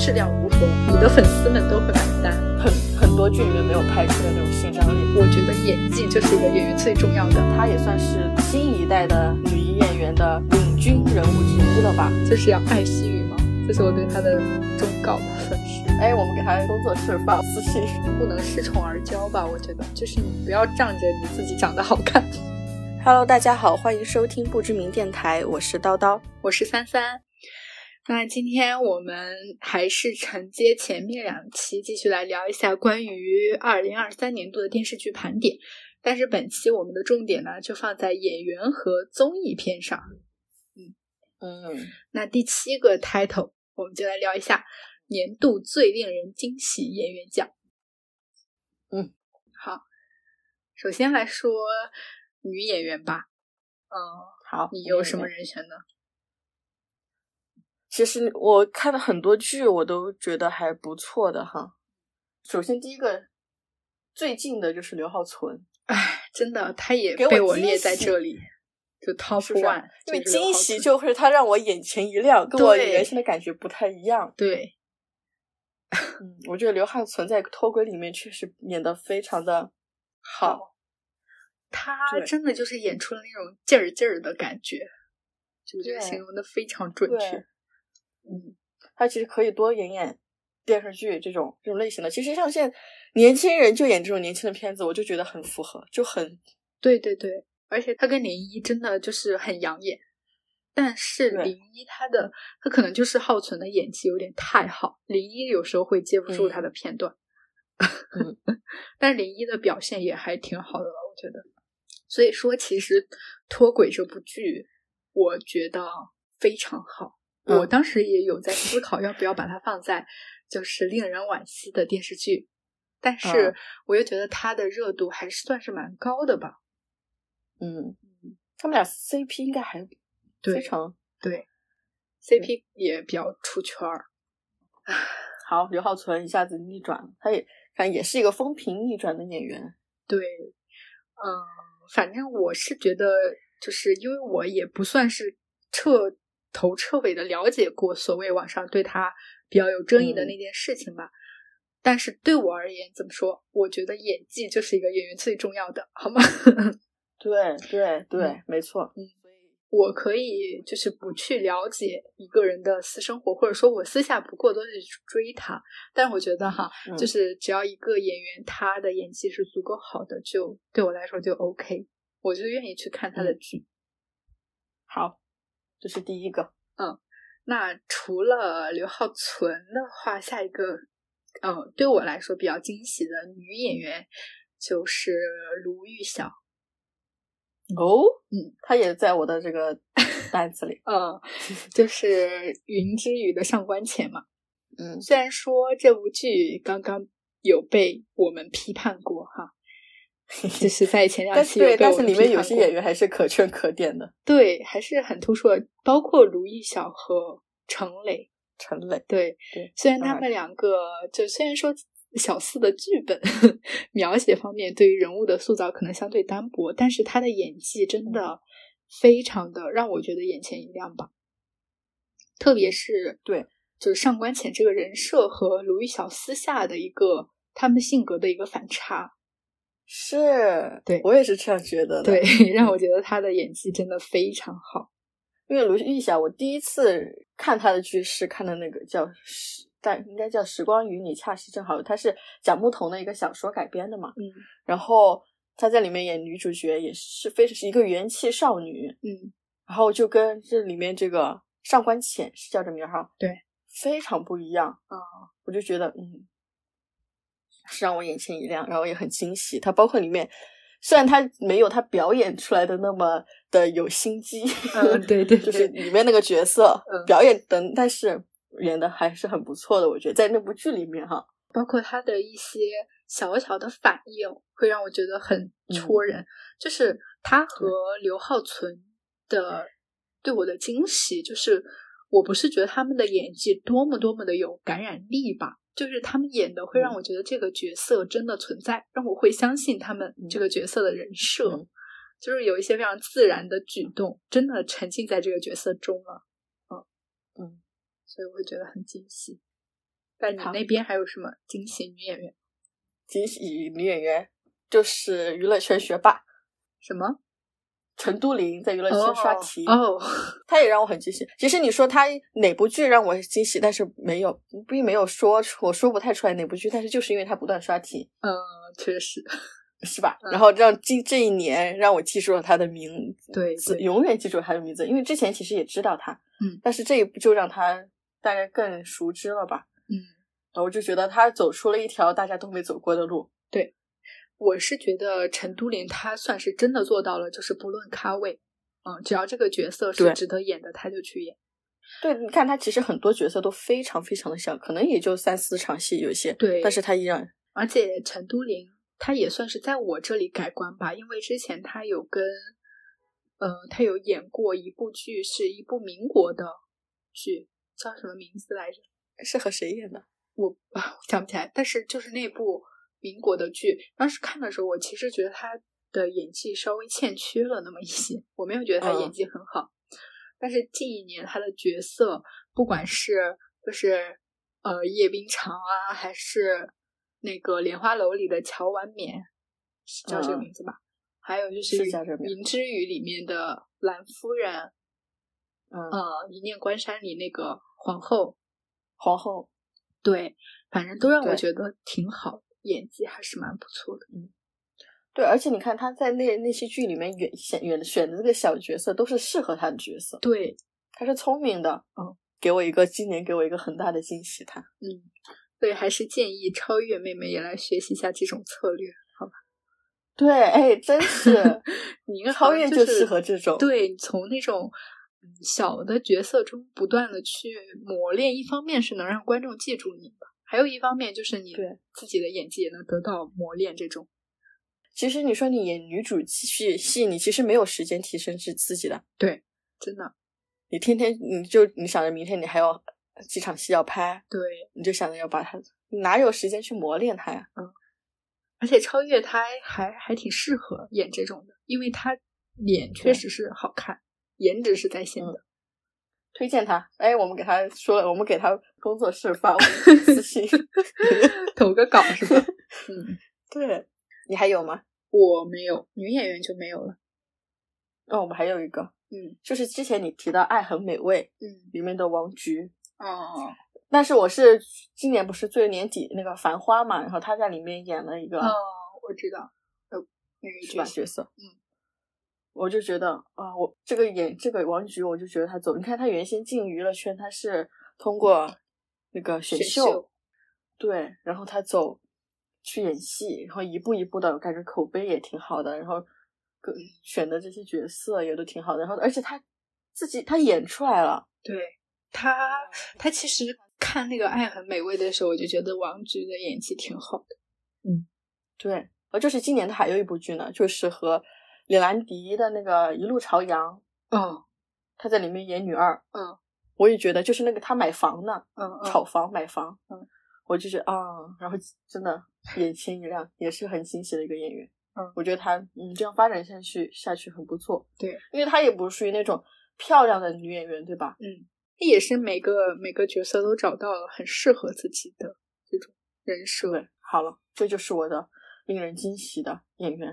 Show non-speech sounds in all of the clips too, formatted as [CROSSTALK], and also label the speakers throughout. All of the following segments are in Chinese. Speaker 1: 质量无缝，你的粉丝们都会买单。
Speaker 2: 很很多剧里面没有拍出的那种性张力，
Speaker 1: 我觉得演技就是一个演员最重要的，
Speaker 2: 她也算是新一代的女演员的领军人物之一了吧？
Speaker 1: 就是要爱惜羽毛。这是我对她的忠告吧，算是。
Speaker 2: 哎，我们给她工作室发私信。
Speaker 1: 不能恃宠而骄吧，我觉得，就是你不要仗着你自己长得好看。 [LAUGHS]
Speaker 3: Hello，大家好，欢迎收听不知名电台，我是叨叨。
Speaker 1: 我是三三。那今天我们还是承接前面两期，继续来聊一下关于二零二三年度的电视剧盘点。但是本期我们的重点呢，就放在演员和综艺片上。
Speaker 2: 嗯，
Speaker 1: 那第七个 title，我们就来聊一下年度最令人惊喜演员奖。
Speaker 2: 嗯，
Speaker 1: 好，首先来说女演员吧。嗯，
Speaker 2: 好，
Speaker 1: 你有什么人选呢？
Speaker 3: 其实
Speaker 2: 我看了很多剧，我都觉得还不错的哈。首先第一个，最近的就是刘浩存，
Speaker 1: 真的，她也
Speaker 2: 给我
Speaker 1: 被我
Speaker 2: 惊
Speaker 1: 列在
Speaker 2: 喜
Speaker 1: 这里，就 top
Speaker 2: 是不是啊
Speaker 1: one，
Speaker 2: 因为
Speaker 1: 就是刘
Speaker 2: 惊
Speaker 1: 浩
Speaker 2: 喜
Speaker 1: 存
Speaker 2: 就会他让我眼前一亮，跟我
Speaker 1: 对
Speaker 2: 原先的感觉不太一样。
Speaker 1: 对，
Speaker 2: 嗯，我觉得刘浩存在《脱轨》里面确实演的非常的
Speaker 1: 嗯
Speaker 2: 好，
Speaker 1: 她
Speaker 2: 对
Speaker 1: 真的就是演出了那种劲儿劲儿的感觉，就这个
Speaker 2: 对
Speaker 1: 形容的非常准
Speaker 2: 对
Speaker 1: 确。
Speaker 2: 他其实可以多演演电视剧这种这种类型的。其实像现在年轻人就演这种年轻的片子，我就觉得很符合，就很
Speaker 1: 对对对，而且她跟林一真的就是很养眼，但是
Speaker 2: 对
Speaker 1: 林一她的她可能就是浩存的演技有点太好，林一有时候会接不住她的片段，
Speaker 2: 嗯
Speaker 1: [LAUGHS] 但林一的表现也还挺好的了，我觉得。所以说，其实《脱轨》这部剧，我觉得非常好。
Speaker 2: 嗯
Speaker 1: 我当时也有在思考要不要把它放在就是令人惋惜的电视剧，但是
Speaker 2: 嗯
Speaker 1: 我又觉得它的热度还是算是蛮高的吧。
Speaker 2: 嗯，他们俩 CP 应该还
Speaker 1: 对
Speaker 2: 非常
Speaker 1: CP 也比较出圈儿。
Speaker 2: 好。刘浩存一下子逆转了，他也反正也是一个风评逆转的演员。
Speaker 1: 对，嗯，反正我是觉得，就是因为我也不算是彻头彻尾的了解过所谓网上对他比较有争议的那件事情吧。但是对我而言，怎么说？我觉得演技就是一个演员最重要的，好吗？ [LAUGHS]
Speaker 2: 对对对，
Speaker 1: 嗯
Speaker 2: 没错。
Speaker 1: 我可以就是不去了解一个人的私生活，或者说我私下不过多的去追他，但我觉得哈，
Speaker 2: 嗯
Speaker 1: 就是只要一个演员他的演技是足够好的，就对我来说就 OK，我就愿意去看他的
Speaker 2: 嗯
Speaker 1: 剧。
Speaker 2: 好，这是第一个。
Speaker 1: 那除了刘浩存的话，下一个，呃，对我来说比较惊喜的女演员就是卢昱晓。
Speaker 2: 哦，
Speaker 1: 嗯，
Speaker 2: 他也在我的这个 [LAUGHS] 单子里。
Speaker 1: 嗯，就是 [LAUGHS] 《云之羽》的上官浅嘛，
Speaker 2: 嗯
Speaker 1: 虽然说这部剧刚刚有被我们批判过哈，就是在前两
Speaker 2: 但是
Speaker 1: 期有
Speaker 2: 对，
Speaker 1: 被
Speaker 2: 但
Speaker 1: 我
Speaker 2: 是
Speaker 1: 们
Speaker 2: 里
Speaker 1: 批
Speaker 2: 面有
Speaker 1: 判
Speaker 2: 些
Speaker 1: 过
Speaker 2: 演员还是可圈可点的。
Speaker 1: 对还是很突出的，包括卢艺晓和程磊。
Speaker 2: 陈磊，
Speaker 1: 对，
Speaker 2: 对
Speaker 1: 虽然
Speaker 2: 当
Speaker 1: 他
Speaker 2: 然
Speaker 1: 们两个就虽然说小四的剧本 [LAUGHS] 描写方面对于人物的塑造可能相对单薄，但是他的演技真
Speaker 2: 嗯
Speaker 1: 的非常的让我觉得眼前一亮吧。特别是
Speaker 2: 对，
Speaker 1: 就是上官浅这个人设和卢昱晓私下的一个他们性格的一个反差，
Speaker 2: 是，
Speaker 1: 对
Speaker 2: 我也是这样觉得的。
Speaker 1: 对，，
Speaker 2: 嗯
Speaker 1: 让我觉得他的演技真的非常好。
Speaker 2: 因为卢昱晓，我第一次看他的剧是看的那个叫《时》，但应该叫《时光与你恰是正好》，他是蒋木童的一个小说改编的嘛。
Speaker 1: 嗯
Speaker 2: 然后他在里面演女主角，也是非常是一个元气少女。
Speaker 1: 嗯，
Speaker 2: 然后就跟这里面这个上官浅是叫这名儿哈，
Speaker 1: 对，
Speaker 2: 非常不一样
Speaker 1: 啊
Speaker 2: 我就觉得嗯，是让我眼前一亮，然后也很惊喜。他包括里面，虽然他没有他表演出来的那么的有心机，
Speaker 1: 嗯对对
Speaker 2: [LAUGHS] 就是
Speaker 1: 对
Speaker 2: 里面那个角色、
Speaker 1: 嗯
Speaker 2: 表演的，但是演的还是很不错的。我觉得在那部剧里面哈，
Speaker 1: 包括他的一些小小的反应，会让我觉得很
Speaker 2: 嗯
Speaker 1: 戳人。就是他和刘浩存的对我的惊喜，就是我不是觉得他们的演技多么多么的有感染力吧，就是他们演的会让
Speaker 2: 嗯
Speaker 1: 我觉得这个角色真的存在，让我会相信他们这个角色的人设，
Speaker 2: 嗯
Speaker 1: 就是有一些非常自然的举动，真的沉浸在这个角色中了。嗯
Speaker 2: 嗯，
Speaker 1: 所以我会觉得很惊喜。但你
Speaker 2: 好
Speaker 1: 那边还有什么惊喜女演员？
Speaker 2: 惊喜女演员就是娱乐圈学霸
Speaker 1: 什么？
Speaker 2: 陈都灵，在娱乐圈呃刷题，
Speaker 1: 哦，
Speaker 2: 她也让我很惊喜。其实你说她哪部剧让我惊喜，但是没有，并没有说出，我说不太出来哪部剧，但是就是因为她不断刷题，
Speaker 1: 嗯，确
Speaker 2: [LAUGHS]
Speaker 1: 实，
Speaker 2: 是吧？
Speaker 1: 嗯
Speaker 2: 然后让今这一年让我记住了她的名
Speaker 1: 对
Speaker 2: 字，
Speaker 1: 对
Speaker 2: 永远记住她的名字，因为之前其实也知道她，
Speaker 1: 嗯，
Speaker 2: 但是这一部就让她大概更熟知了吧。
Speaker 1: 嗯。
Speaker 2: 然后我就觉得她走出了一条大家都没走过的路，
Speaker 1: 我是觉得陈都灵她算是真的做到了，就是不论咖位，嗯，只要这个角色是
Speaker 2: 对
Speaker 1: 值得演的，她就去演。
Speaker 2: 对，你看他其实很多角色都非常非常的像，可能也就三四场戏有一些，
Speaker 1: 对
Speaker 2: 但是他依然
Speaker 1: 而且陈都灵她也算是在我这里改观吧，因为之前她有跟，呃，她有演过一部剧，是一部民国的剧，叫什么名字来着？
Speaker 2: 是和谁演的？
Speaker 1: 我啊我想不起来，但是就是那部民国的剧，当时看的时候，我其实觉得她的演技稍微欠缺了那么一些，我没有觉得她
Speaker 2: 嗯
Speaker 1: 演技很好。但是近一年她的角色，不管是就是呃叶冰裳啊，还是那个《莲花楼》里的乔婉冕，是叫这个
Speaker 2: 嗯
Speaker 1: 名字吧？还有就是
Speaker 2: 是叫这个
Speaker 1: 《
Speaker 2: 名字
Speaker 1: 云之羽》里面的兰夫人，
Speaker 2: 嗯，
Speaker 1: 呃，《一念关山》里那个皇后，
Speaker 2: 皇后，
Speaker 1: 对，反正都让我
Speaker 2: 对
Speaker 1: 觉得挺好，演技还是蛮不错的。嗯，
Speaker 2: 对，而且你看他在那那些剧里面演选演选的这个小角色都是适合他的角色，
Speaker 1: 对，
Speaker 2: 他是聪明的，
Speaker 1: 嗯，
Speaker 2: 给我一个今年给我一个很大的惊喜，他
Speaker 1: 嗯，所以还是建议超越妹妹也来学习一下这种策略。
Speaker 2: 对，哎，真是
Speaker 1: 你应该好
Speaker 2: 超
Speaker 1: 像
Speaker 2: 越
Speaker 1: 就
Speaker 2: 就是适合这种，
Speaker 1: 对，从那种嗯小的角色中不断的去磨练，一方面是能让观众记住你吧，还有一方面就是你
Speaker 2: 对
Speaker 1: 自己的演技也能得到磨练。这种
Speaker 2: 其实你说你演女主戏戏，你其实没有时间提升自自己的，
Speaker 1: 真的
Speaker 2: 你天天你就你想着明天你还有几场戏要拍，
Speaker 1: 对，
Speaker 2: 你就想着要把它，哪有时间去磨练它呀？
Speaker 1: 而且超越她还还挺适合演这种的，因为她脸确
Speaker 2: 对
Speaker 1: 实是好看，颜值是在线的。
Speaker 2: 推荐他，哎，我们给他说了，我们给他工作室发私信。
Speaker 1: 投个稿 [LAUGHS] 是吧？嗯，
Speaker 2: 对，你还有吗？
Speaker 1: 我没有，女演员就没有了。
Speaker 2: 哦，我们还有一个，
Speaker 1: 嗯
Speaker 2: 就是之前你提到《爱很美味》
Speaker 1: 嗯
Speaker 2: 里面的王菊，
Speaker 1: 哦
Speaker 2: 但是我是今年不是最年底那个《繁花》嘛，然后她在里面演了一个、
Speaker 1: 哦，我知道，呃，那个
Speaker 2: 是吧
Speaker 1: 角色，
Speaker 2: 角色，
Speaker 1: 嗯，
Speaker 2: 我就觉得啊，我这个演这个王菊，我就觉得她走，你看她原先进娱乐圈，她是通过那个选
Speaker 1: 选
Speaker 2: 秀，
Speaker 1: 秀
Speaker 2: 对，然后她走去演戏，然后一步一步的，我感觉口碑也挺好的，然后各
Speaker 1: 嗯
Speaker 2: 选的这些角色也都挺好的，然后而且她自己她演出来了，
Speaker 1: 对他，他其实看那个《爱很美味》的时候，我就觉得王菊的演技挺好的。
Speaker 2: 对，呃，就是今年她还有一部剧呢，就是和李兰迪的那个《一路朝阳》，
Speaker 1: 哦，
Speaker 2: 她在里面演女二，
Speaker 1: 嗯，
Speaker 2: 我也觉得就是那个她买房呢。
Speaker 1: 嗯嗯，
Speaker 2: 炒房买房，
Speaker 1: 嗯，
Speaker 2: 我就觉得啊，然后真的眼前一亮，也是很惊喜的一个演员，
Speaker 1: 嗯
Speaker 2: 我觉得她嗯这样发展下去下去很不错，
Speaker 1: 对，
Speaker 2: 因为她也不是属于那种漂亮的女演员，对吧？
Speaker 1: 他也是每个每个角色都找到了很适合自己的这种人设。
Speaker 2: 对，好了，这就是我的令人惊喜的演员，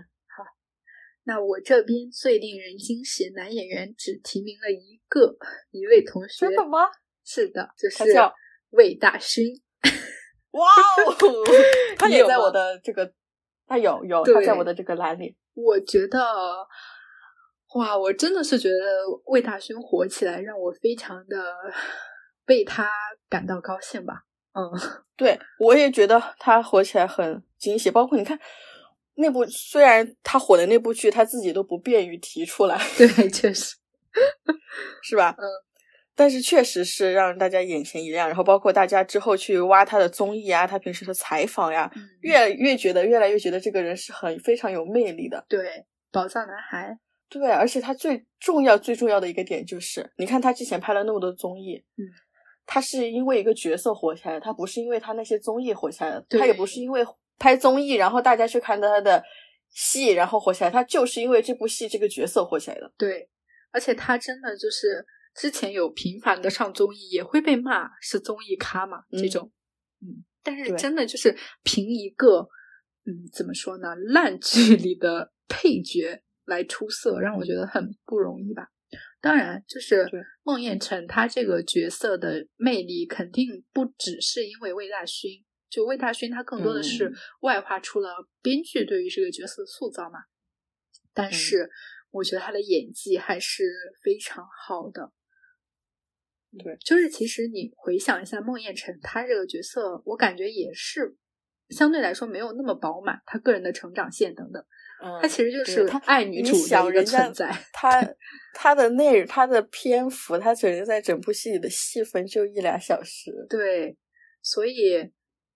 Speaker 1: 那我这边最令人惊喜男演员只提名了一个，一位同学。
Speaker 2: 真的吗？
Speaker 1: 是的，就是
Speaker 2: 他叫
Speaker 1: 魏大勋。
Speaker 2: 哇哦， [LAUGHS] 她
Speaker 1: 你
Speaker 2: 也
Speaker 1: 有
Speaker 2: 在
Speaker 1: 吗
Speaker 2: 我的这个，她有有，
Speaker 1: 对
Speaker 2: 她在我的这个栏里，
Speaker 1: 我觉得，哇，我真的是觉得魏大勋火起来，让我非常的为他感到高兴吧。嗯， [LAUGHS]
Speaker 2: 对，我也觉得他火起来很惊喜。包括你看那部，虽然他火的那部剧，他自己都不便于提出来，
Speaker 1: 对，确实，
Speaker 2: 是吧？
Speaker 1: 嗯。
Speaker 2: 但是确实是让大家眼前一亮，然后包括大家之后去挖他的综艺啊，他平时的采访呀，
Speaker 1: 嗯
Speaker 2: 越来越觉得越来越觉得这个人是很非常有魅力的。
Speaker 1: 对宝藏男孩，
Speaker 2: 对，而且他最重要最重要的一个点就是，你看他之前拍了那么多综艺，
Speaker 1: 嗯，
Speaker 2: 他是因为一个角色火起来的，他不是因为他那些综艺火起来的，他也不
Speaker 1: 对
Speaker 2: 是因为拍综艺然后大家去看他的戏然后火起来，他就是因为这部戏这个角色火起来的。
Speaker 1: 对，而且他真的就是之前有频繁的上综艺，也会被骂是综艺咖嘛、这
Speaker 2: 嗯
Speaker 1: 种。但是
Speaker 2: 对
Speaker 1: 真的就是凭一个，嗯，怎么说呢，烂剧里的配角来出色，让我觉得很不容易吧。当然，就是
Speaker 2: 对
Speaker 1: 孟宴臣他这个角色的魅力，肯定不只是因为魏大勋，就魏大勋他更多的是
Speaker 2: 嗯
Speaker 1: 外化出了编剧对于这个角色的塑造嘛。
Speaker 2: 嗯
Speaker 1: 但是，我觉得他的演技还是非常好的。嗯
Speaker 2: 对，
Speaker 1: 就是其实你回想一下孟宴臣他这个角色，我感觉也是相对来说没有那么饱满，他个人的成长线等等，
Speaker 2: 嗯
Speaker 1: 他其实就
Speaker 2: 对
Speaker 1: 是
Speaker 2: 他
Speaker 1: 爱女主
Speaker 2: 你
Speaker 1: 的
Speaker 2: 想
Speaker 1: 一个
Speaker 2: 人家
Speaker 1: 存在。 [LAUGHS]
Speaker 2: 他他的内他的篇幅，他整个在整部戏里的戏份就一俩小
Speaker 1: 嗯
Speaker 2: 时，
Speaker 1: 对，所以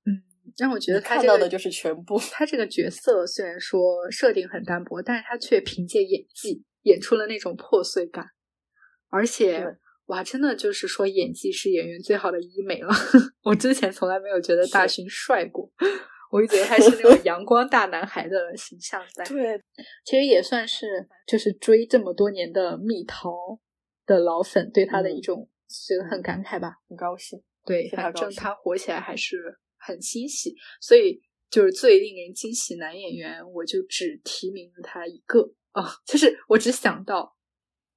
Speaker 1: 嗯，让我觉得
Speaker 2: 你
Speaker 1: 他
Speaker 2: 看
Speaker 1: 这
Speaker 2: 到
Speaker 1: 个
Speaker 2: 的就是全部
Speaker 1: 他这个角色虽然说设定很单薄，但是他却凭借演技演出了那种破碎感，而且
Speaker 2: 对
Speaker 1: 哇，真的就是说演技是演员最好的医美了。 [LAUGHS] 我之前从来没有觉得大
Speaker 2: 是
Speaker 1: 勋帅过， [LAUGHS] 我一直觉得他是那种阳光大男孩的形象在。
Speaker 2: 对
Speaker 1: [LAUGHS] 其实也算是就是追这么多年的蜜桃的老粉对他的一
Speaker 2: 嗯
Speaker 1: 种觉得很感慨吧。
Speaker 2: 很高兴。
Speaker 1: 对，
Speaker 2: 替他
Speaker 1: 反
Speaker 2: 高
Speaker 1: 正
Speaker 2: 兴
Speaker 1: 他火起来还是很欣喜，所以就是最令人惊喜男演员，我就只提名了他一个啊、就是我只想到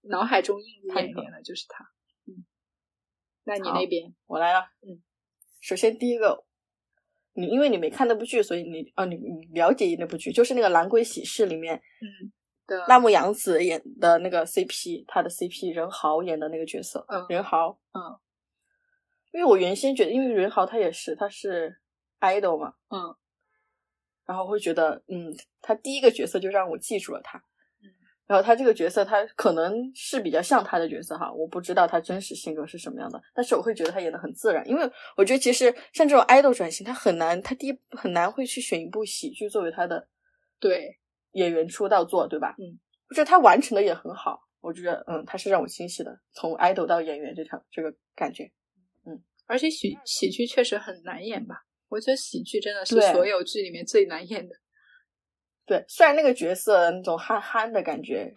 Speaker 1: 脑海中映入
Speaker 2: 他一
Speaker 1: 眼
Speaker 2: 个
Speaker 1: 帘的就是他。嗯，那你
Speaker 2: 好
Speaker 1: 那边
Speaker 2: 我来了，
Speaker 1: 嗯，
Speaker 2: 首先第一个，你因为你没看那部剧，所以你啊你你了解那部剧，就是那个《兰桂喜事》里面
Speaker 1: 嗯的
Speaker 2: 辣目洋子演的那个 CP，他的 CP 任豪演的那个角色，
Speaker 1: 嗯
Speaker 2: 任豪，
Speaker 1: 嗯，
Speaker 2: 因为我原先觉得，因为任豪他也是他是 idol 嘛，
Speaker 1: 嗯，
Speaker 2: 然后会觉得，嗯，他第一个角色就让我记住了他，
Speaker 1: 嗯
Speaker 2: 然后他这个角色他可能是比较像他的角色哈，我不知道他真实性格是什么样的，但是我会觉得他演的很自然，因为我觉得其实像这种 idol 转型，他很难，他第一很难会去选一部喜剧作为他的
Speaker 1: 对，
Speaker 2: 演员出道作，对吧？
Speaker 1: 嗯，
Speaker 2: 我觉得他完成的也很好，我觉得嗯，他是让我惊喜的，从 idol 到演员这条这个感觉。
Speaker 1: 而且喜喜剧确实很难演吧？我觉得喜剧真的是
Speaker 2: 对
Speaker 1: 所有剧里面最难演的。
Speaker 2: 对，虽然那个角色那种憨憨的感觉，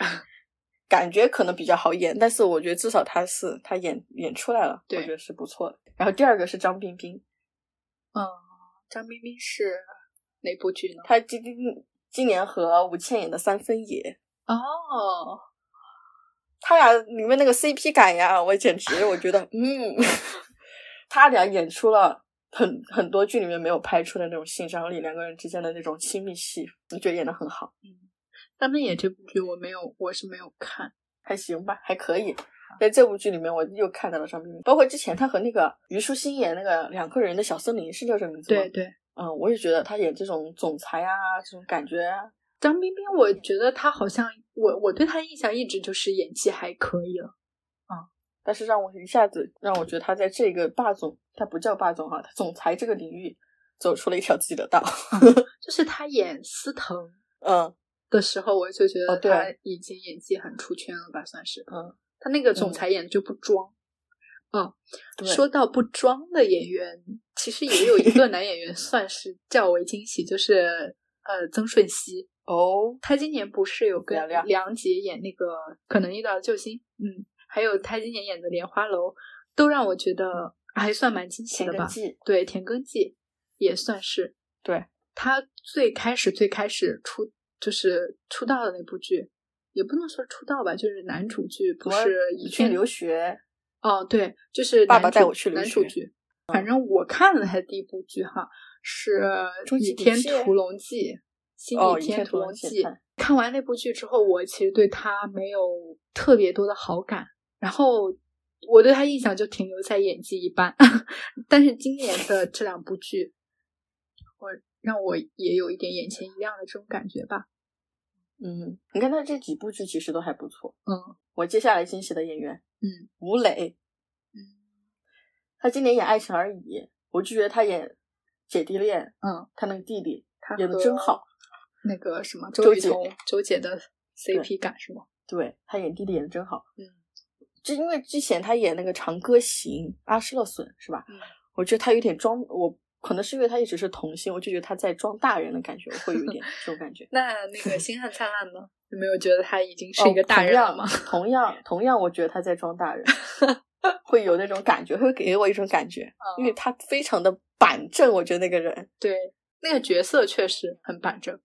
Speaker 2: 感觉可能比较好演，但是我觉得至少他是他演演出来了，我
Speaker 1: 对
Speaker 2: 觉得是不错的。然后第二个是张彬彬，
Speaker 1: 嗯，张彬彬是哪部剧呢？
Speaker 2: 他今今年和吴倩演的《三分野》，
Speaker 1: 哦，
Speaker 2: 他俩里面那个 CP 感呀，我简直我觉得，嗯， [LAUGHS] 他俩演出了很很多剧里面没有拍出的那种性张力，两个人之间的那种亲密戏，我觉得演的很好，
Speaker 1: 张彬演这部剧我没有，我是没有看。
Speaker 2: 还行吧，还可以。在这部剧里面，我又看到了张彬彬，包括之前他和那个虞书欣演那个两个人的小森林是叫这名字吗？
Speaker 1: 对，对，
Speaker 2: 嗯，我也觉得他演这种总裁啊，这种感觉啊，
Speaker 1: 张彬彬，我觉得他好像我我对他印象一直就是演技还可以了。
Speaker 2: 但是让我一下子让我觉得他在这个霸总，他不叫霸总哈、他总裁这个领域走出了一条自己的道。
Speaker 1: 就是他演司藤
Speaker 2: 嗯，
Speaker 1: 的时候，我就觉得
Speaker 2: 哦对
Speaker 1: 他已经演技很出圈了吧，算是。
Speaker 2: 嗯，
Speaker 1: 他那个总裁演的就不装。嗯，
Speaker 2: 对
Speaker 1: 说到不装的演员，其实也有一
Speaker 2: [LAUGHS]
Speaker 1: 个男演员算是较为惊喜，就是呃曾舜晞，
Speaker 2: 哦，
Speaker 1: 他今年不是有跟
Speaker 2: 聊聊
Speaker 1: 梁洁演那个《可能遇到的救星》，嗯，还有他今年演的《莲花楼》，都让我觉得还算蛮惊喜
Speaker 2: 田
Speaker 1: 的吧
Speaker 2: 根。记，
Speaker 1: 对，田耕记也算是。
Speaker 2: 对，
Speaker 1: 他最开始最开始出就是出道的那部剧，也不能说出道吧，就是男主剧不
Speaker 2: 什么
Speaker 1: 是一
Speaker 2: 你去
Speaker 1: 片
Speaker 2: 留学，
Speaker 1: 哦，对，就是
Speaker 2: 爸
Speaker 1: 男
Speaker 2: 爸
Speaker 1: 主
Speaker 2: 带我去留
Speaker 1: 男主
Speaker 2: 学嗯
Speaker 1: 剧。反正我看了他第一部剧哈，是
Speaker 2: 终
Speaker 1: 《倚
Speaker 2: 极笔
Speaker 1: 天
Speaker 2: 记
Speaker 1: 屠龙记》，新
Speaker 2: 哦
Speaker 1: 《
Speaker 2: 倚
Speaker 1: 天
Speaker 2: 天
Speaker 1: 屠
Speaker 2: 屠
Speaker 1: 龙
Speaker 2: 龙记
Speaker 1: 记》
Speaker 2: 嗯
Speaker 1: 看完那部剧之后，我其实对他没有特别多的好感，然后我对他印象就停留在演技一般。 [LAUGHS] 但是今年的这两部剧，我让我也有一点眼前一亮的这种感觉吧。
Speaker 2: 嗯，你看他这几部剧其实都还不错。
Speaker 1: 嗯
Speaker 2: 我接下来惊喜的演员，
Speaker 1: 嗯，
Speaker 2: 吴磊，
Speaker 1: 嗯
Speaker 2: 他今年演《爱情而已》，我就觉得他演姐弟恋，
Speaker 1: 嗯，
Speaker 2: 他那个弟弟
Speaker 1: 他
Speaker 2: 演的
Speaker 1: 和
Speaker 2: 真好，
Speaker 1: 那个什么周
Speaker 2: 周
Speaker 1: 雨
Speaker 2: 姐
Speaker 1: 彤、周姐的 CP 感是吗？
Speaker 2: 对他演弟弟演的真好。
Speaker 1: 嗯，
Speaker 2: 就因为之前他演那个《长歌行》，阿诗勒隼是吧？
Speaker 1: 嗯
Speaker 2: 我觉得他有点装，我可能是因为他一直是童星，我就觉得他在装大人的感觉，我会有
Speaker 1: [LAUGHS]
Speaker 2: 一点这种感觉。
Speaker 1: 那那个《星汉灿烂》呢？有没有觉得他已经是一个大人
Speaker 2: 哦、
Speaker 1: 了
Speaker 2: 同
Speaker 1: 吗？ [LAUGHS]
Speaker 2: 样，同样，同样，我觉得他在装大人，会有那种感觉，会给我一种感觉，
Speaker 1: 哦
Speaker 2: 因为他非常的板正，我觉得那个人。
Speaker 1: 对，那个角色确实很板正。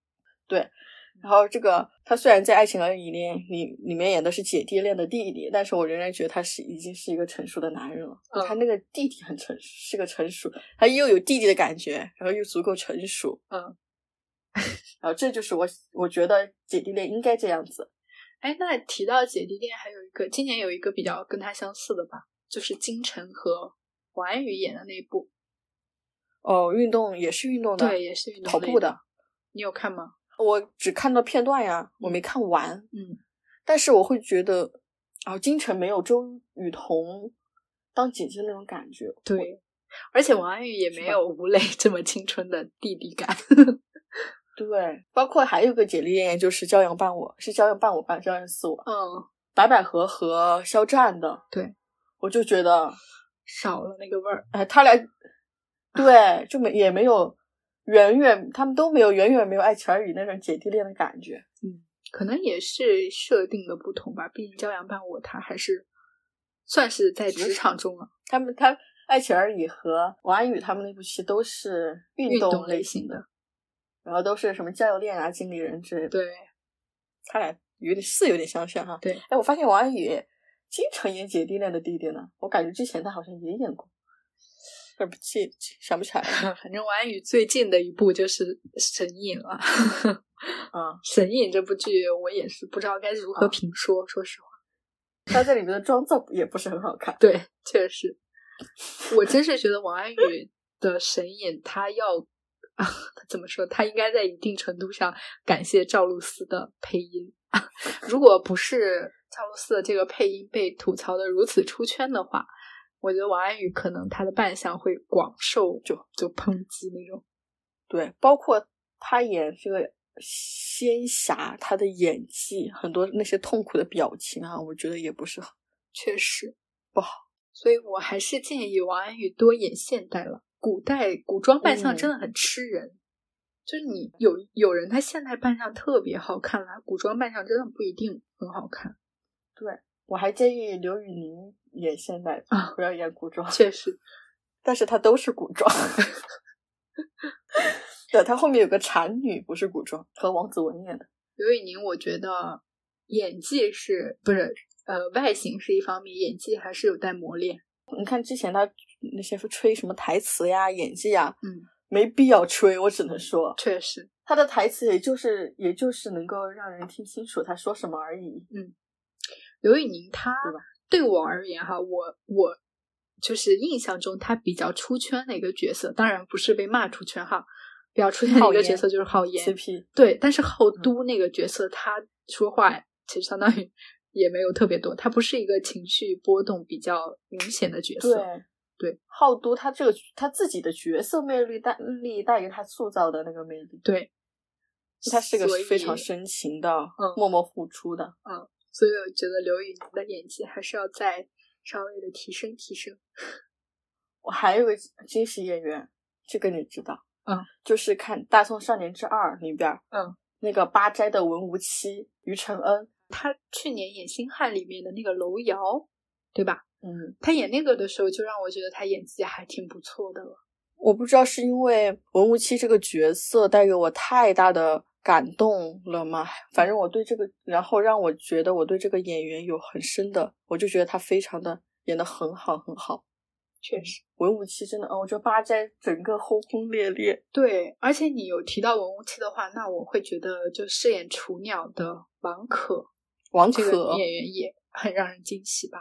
Speaker 2: 然后这个他虽然在《爱情而已》里面里里面演的是姐弟恋的弟弟，但是我仍然觉得他是已经是一个成熟的男人了。
Speaker 1: 嗯
Speaker 2: 他那个弟弟很成熟，是个成熟，他又有弟弟的感觉，然后又足够成熟。
Speaker 1: 嗯，
Speaker 2: [LAUGHS] 然后这就是我我觉得姐弟恋应该这样子。
Speaker 1: 哎，那提到姐弟恋，还有一个今年有一个比较跟他相似的吧，就是金晨和王安宇演的那一部，
Speaker 2: 哦，运动也是运动的，
Speaker 1: 对，也是运动
Speaker 2: 跑
Speaker 1: 类
Speaker 2: 步的。
Speaker 1: 你有看吗？
Speaker 2: 我只看到片段呀，我没看完。
Speaker 1: 嗯，
Speaker 2: 但是我会觉得，啊，金晨没有周雨彤当姐姐那种感觉。
Speaker 1: 对，而且王安宇也
Speaker 2: 是
Speaker 1: 没
Speaker 2: 吧
Speaker 1: 有吴磊这么青春的弟弟
Speaker 2: [LAUGHS]
Speaker 1: 感。
Speaker 2: 对，包括还有一个姐弟恋，就是《骄阳伴我》，是《骄阳伴我》伴《骄阳似我》，
Speaker 1: 嗯，
Speaker 2: 白百合和肖战的。
Speaker 1: 对，
Speaker 2: 我就觉得，
Speaker 1: 少了那个味儿。
Speaker 2: 哎，他俩，对，就没也没有远远，他们都没有远远没有《爱情而已》那种姐弟恋的感觉。
Speaker 1: 可能也是设定的不同吧，毕竟骄阳伴我他还是算是在职场中啊了，
Speaker 2: 他们他《爱情而已》和王安宇他们那部戏都是运
Speaker 1: 运
Speaker 2: 动
Speaker 1: 动
Speaker 2: 类
Speaker 1: 类
Speaker 2: 型
Speaker 1: 型
Speaker 2: 的，
Speaker 1: 的。
Speaker 2: 然后都是什么教练啊、经理人之类的。 [LAUGHS]
Speaker 1: 对，
Speaker 2: 他俩有点是有点相像哈。
Speaker 1: 对
Speaker 2: 哎，我发现王安宇经常演姐弟恋的弟弟呢，我感觉之前他好像也演过，但不记想不起来了。
Speaker 1: 反正王安宇最近的一部就是《神隐》了，《
Speaker 2: 啊，
Speaker 1: 神隐》这部剧我也是不知道该如何评说，说实话，
Speaker 2: 他在里面的妆造也不是很好看。
Speaker 1: 对，确实，我真是觉得王安宇的《神隐》，他要啊，怎么说？他应该在一定程度上感谢赵露思的配音。 [LAUGHS] 如果不是赵露思的这个配音被吐槽的如此出圈的话，我觉得王安宇可能他的扮相会广受就就抨击那种。
Speaker 2: 对，包括他演这个仙侠，他的演技很多那些痛苦的表情啊，我觉得也不是很。
Speaker 1: 确实
Speaker 2: 不好，
Speaker 1: 所以我还是建议王安宇多演现代了。古代古装扮相
Speaker 2: 嗯
Speaker 1: 真的很吃人，就是你有有人他现代扮相特别好看啦，古装扮相真的不一定很好看。
Speaker 2: 我还建议刘宇宁演现代
Speaker 1: 啊，
Speaker 2: 不要演古装。
Speaker 1: 确实，
Speaker 2: 但是他都是古装。 [LAUGHS] 对，他后面有个产女，不是古装，和王子文演的。
Speaker 1: 刘宇宁我觉得演技是不是呃外形是一方面，演技还是有待磨练。
Speaker 2: 你看之前他那些吹什么台词呀、演技呀，
Speaker 1: 嗯，
Speaker 2: 没必要吹，我只能说
Speaker 1: 确实，
Speaker 2: 他的台词也就是也就是能够让人听清楚他说什么而已。
Speaker 1: 刘宇宁他
Speaker 2: 对吧
Speaker 1: 对我而言哈，我我就是印象中他比较出圈的一个角色，当然不是被骂出圈哈，比较出圈的一
Speaker 2: 浩
Speaker 1: 个
Speaker 2: 言嗯
Speaker 1: 角色就是浩言，
Speaker 2: CP
Speaker 1: 对，但是浩都那个角色，他说话其实相当于也没有特别多，他不是一个情绪波动比较明显的角
Speaker 2: 对
Speaker 1: 色。对，
Speaker 2: 浩都他这个他自己的角色魅力带力大于他塑造的那个魅力，
Speaker 1: 对，
Speaker 2: 他是个
Speaker 1: 所以
Speaker 2: 非常深情的、
Speaker 1: 嗯
Speaker 2: 默默付出的。
Speaker 1: 所以我觉得刘宇宁的演技还是要再稍微的提升提升。
Speaker 2: 我还有个惊喜演员，这个你知道？
Speaker 1: 嗯，
Speaker 2: 就是看《大宋少年之二》里边，
Speaker 1: 嗯，
Speaker 2: 那个八斋的文无期于承恩，
Speaker 1: 他去年演《星汉》里面的那个楼瑶，对吧？
Speaker 2: 嗯，
Speaker 1: 他演那个的时候，就让我觉得他演技还挺不错的了。
Speaker 2: 我不知道是因为文无期这个角色带给我太大的感动了吗？反正我对这个，然后让我觉得我对这个演员有很深的，我就觉得他非常的演的很好很好。
Speaker 1: 确实，
Speaker 2: 文无期真的，哦，我觉得八斋整个轰轰烈烈，
Speaker 1: 对，而且你有提到文无期的话，那我会觉得就饰演雏鸟的王可，
Speaker 2: 王
Speaker 1: 这个
Speaker 2: 可
Speaker 1: 演员也很让人惊喜吧。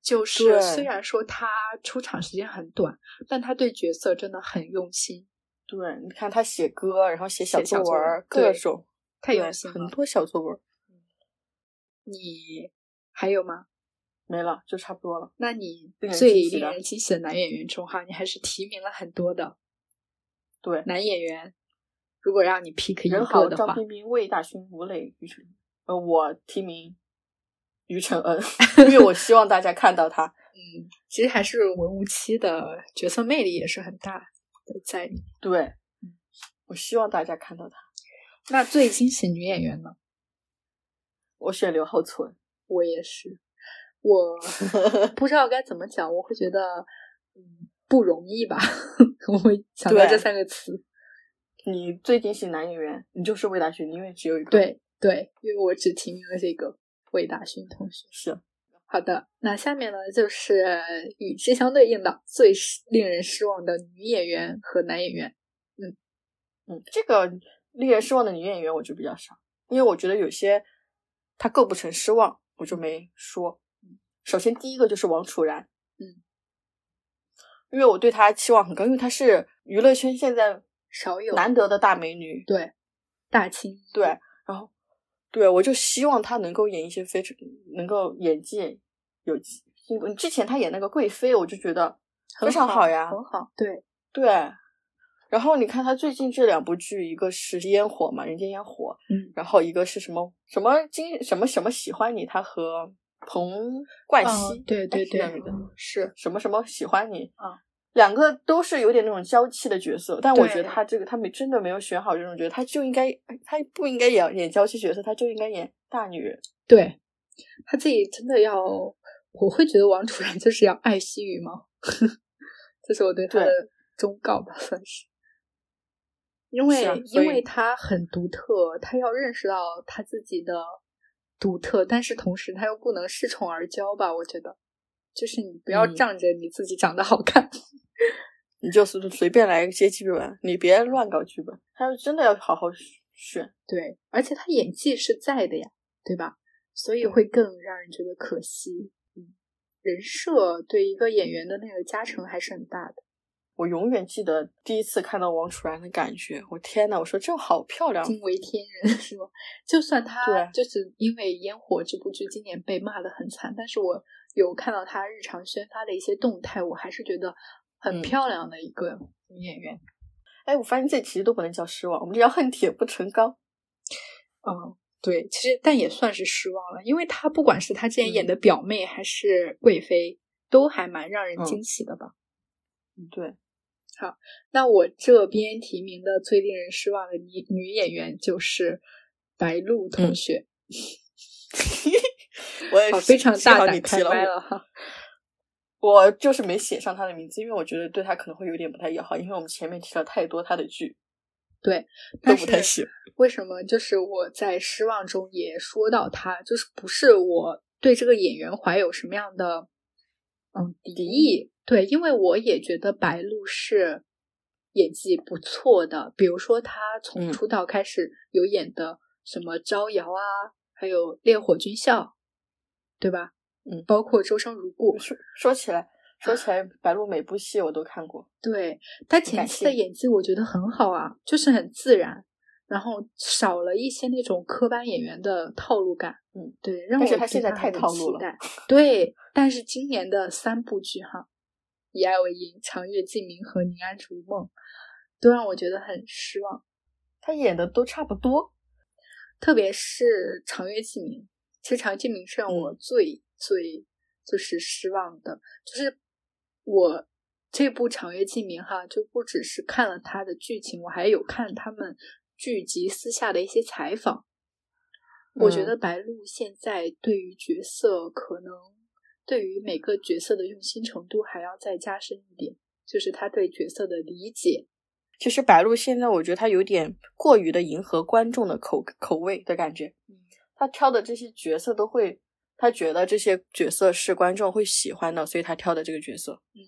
Speaker 1: 就是
Speaker 2: 对
Speaker 1: 虽然说他出场时间很短，但他对角色真的很用心，
Speaker 2: 对，你看他写歌，然后写
Speaker 1: 写小
Speaker 2: 作
Speaker 1: 作文
Speaker 2: 文儿，
Speaker 1: 对
Speaker 2: 各种
Speaker 1: 太
Speaker 2: 对
Speaker 1: 用心
Speaker 2: 很
Speaker 1: 了。
Speaker 2: 多小作文儿
Speaker 1: 你还有吗？
Speaker 2: 没了，就差不多了。
Speaker 1: 那你
Speaker 2: 令人
Speaker 1: 最
Speaker 2: 惊喜
Speaker 1: 令
Speaker 2: 的
Speaker 1: 人惊喜的男演员中哈，你还是提名了很多的
Speaker 2: 对，
Speaker 1: 男演员。如果让你 pick 一
Speaker 2: 任豪、
Speaker 1: 个的
Speaker 2: 张
Speaker 1: 话，
Speaker 2: 彬彬、魏大勋、吴磊、于承，呃，我提名于
Speaker 1: [LAUGHS]
Speaker 2: 承恩，因为我希望大家看到他。
Speaker 1: 嗯，其实还是文无期的角色魅力也是很大的在里面。
Speaker 2: 对，
Speaker 1: 嗯
Speaker 2: 我希望大家看到他。
Speaker 1: 那最惊喜女演员呢？
Speaker 2: 我选刘浩存，
Speaker 1: 我也是，我不知道该怎么讲，我会觉得嗯不容易吧， [LAUGHS] 我会想到
Speaker 4: 对
Speaker 1: 这三个词。
Speaker 4: 你最近是男演员，你就是魏大勋，因为只有一个。，
Speaker 1: 对对，因为我只提名了这个魏大勋同学。
Speaker 4: 是
Speaker 1: 好的，那下面呢就是与之相对应的最失令人失望的女演员和男演员。
Speaker 4: 嗯，这个令人失望的女演员我就比较少。
Speaker 2: 因为我觉得有些他构不成失望，我就没说。嗯
Speaker 4: 首先第一个就是王楚然，
Speaker 1: 嗯
Speaker 2: 因为我对她期望很高，因为她是娱乐圈现在
Speaker 1: 少有嗯
Speaker 2: 难得的大美女，
Speaker 1: 对大清
Speaker 2: 对，然后对我就希望她能够演一些非常能够演技有进步。之前她演那个贵妃，我就觉得非
Speaker 1: 很
Speaker 2: 常好呀，
Speaker 1: 很好。哦对，
Speaker 2: 对。然后你看她最近这两部剧，一个是《烟火》嘛，《人间烟火》，
Speaker 1: 嗯，
Speaker 2: 然后一个是什么什么金什么什么喜欢你，她和彭冠希、
Speaker 1: 嗯对对
Speaker 2: 哎是这
Speaker 1: 对
Speaker 2: 样子的
Speaker 1: 是
Speaker 2: 什么什么喜欢你
Speaker 1: 啊，
Speaker 2: 两个都是有点那种娇气的角色，但我
Speaker 1: 对
Speaker 2: 觉得他这个他没真的没有选好这种角色，他就应该哎他不应该演演娇气角色，他就应该演大女人。
Speaker 1: 对，他自己真的要，我会觉得王楚然就是要爱惜羽毛， [LAUGHS] 这是我对他的忠告吧，算是。因为、
Speaker 2: 是啊所
Speaker 1: 因
Speaker 2: 以
Speaker 1: 为他很独特，他要认识到他自己的独特，但是同时他又不能恃宠而骄吧？我觉得，就是你不要
Speaker 2: 嗯
Speaker 1: 仗着你自己长得好看，
Speaker 2: 你就随随便来接剧本，你别乱搞剧本，他要真的要好好选。
Speaker 1: 对，而且他演技是在的呀，对吧？所以会更让人觉得可惜。嗯，人设对一个演员的那个加成还是很大的。
Speaker 2: 我永远记得第一次看到王楚然的感觉，我天呐，我说这好漂亮，
Speaker 1: 惊为天人是吧？就算他
Speaker 2: 对
Speaker 1: 就是因为《烟火》这部剧今年被骂的很惨，但是我有看到他日常宣发的一些动态，我还是觉得很
Speaker 2: 嗯
Speaker 1: 漂亮的一个女演员。
Speaker 2: 哎，我发现这其实都不能叫失望，我们这叫恨铁不成钢。
Speaker 1: 嗯，对，其实但也算是失望了，因为她不管是她之前演的表妹还是贵妃，都还蛮让人
Speaker 2: 嗯
Speaker 1: 惊喜的吧。
Speaker 2: 对，
Speaker 1: 那我这边提名的最令人失望的女女演员就是白鹿同
Speaker 2: 嗯
Speaker 1: 学，
Speaker 2: 我也
Speaker 1: 好，
Speaker 2: 是
Speaker 1: 非常
Speaker 2: 幸
Speaker 1: 大
Speaker 2: 好
Speaker 1: 胆
Speaker 2: 你
Speaker 1: 开
Speaker 2: 提了
Speaker 1: 麦
Speaker 2: 我。
Speaker 1: 了哈。
Speaker 2: 我就是没写上他的名字，因为我觉得对他可能会有点不太友好，因为我们前面提了太多他的剧都
Speaker 1: 但
Speaker 2: 不太
Speaker 1: 是
Speaker 2: 行。
Speaker 1: 为什么？就是我在失望中也说到他，就是不是我对这个演员怀有什么样的嗯敌意？对，因为我也觉得白鹿是演技不错的，比如说他从
Speaker 2: 嗯
Speaker 1: 出道开始有演的什么《招摇》啊，还有《烈火军校》，对吧？
Speaker 2: 嗯
Speaker 1: 包括《周生如故》，
Speaker 2: 说说起来，说起来，白鹿每部戏我都看过，
Speaker 1: 对他前
Speaker 2: 感
Speaker 1: 期的
Speaker 2: 谢
Speaker 1: 演技，我觉得很好啊，就是很自然，然后少了一些那种科班演员的套路感。
Speaker 2: 嗯，
Speaker 1: 对，让我
Speaker 2: 但是
Speaker 1: 对
Speaker 2: 他现在太
Speaker 1: 很有
Speaker 2: 套
Speaker 1: 期
Speaker 2: 路了
Speaker 1: 待。对，但是今年的三部剧哈，《以爱为营》《长月烬明》和《宁安如梦》，都让我觉得很失望。
Speaker 2: 他演的都差不多。
Speaker 1: 特别是长月烬明，其实长月烬明是让我最、最就是失望的，就是我这部长月烬明哈，就不只是看了他的剧情，我还有看他们剧集私下的一些采访。我觉
Speaker 2: 嗯
Speaker 1: 得白鹿现在对于角色可能对于每个角色的用心程度还要再加深一点，就是他对角色的理解。
Speaker 2: 其实白鹿现在我觉得他有点过于的迎合观众的口口味的感觉
Speaker 1: 嗯，
Speaker 2: 他挑的这些角色都会，他觉得这些角色是观众会喜欢的，所以他挑的这个角色。
Speaker 1: 嗯，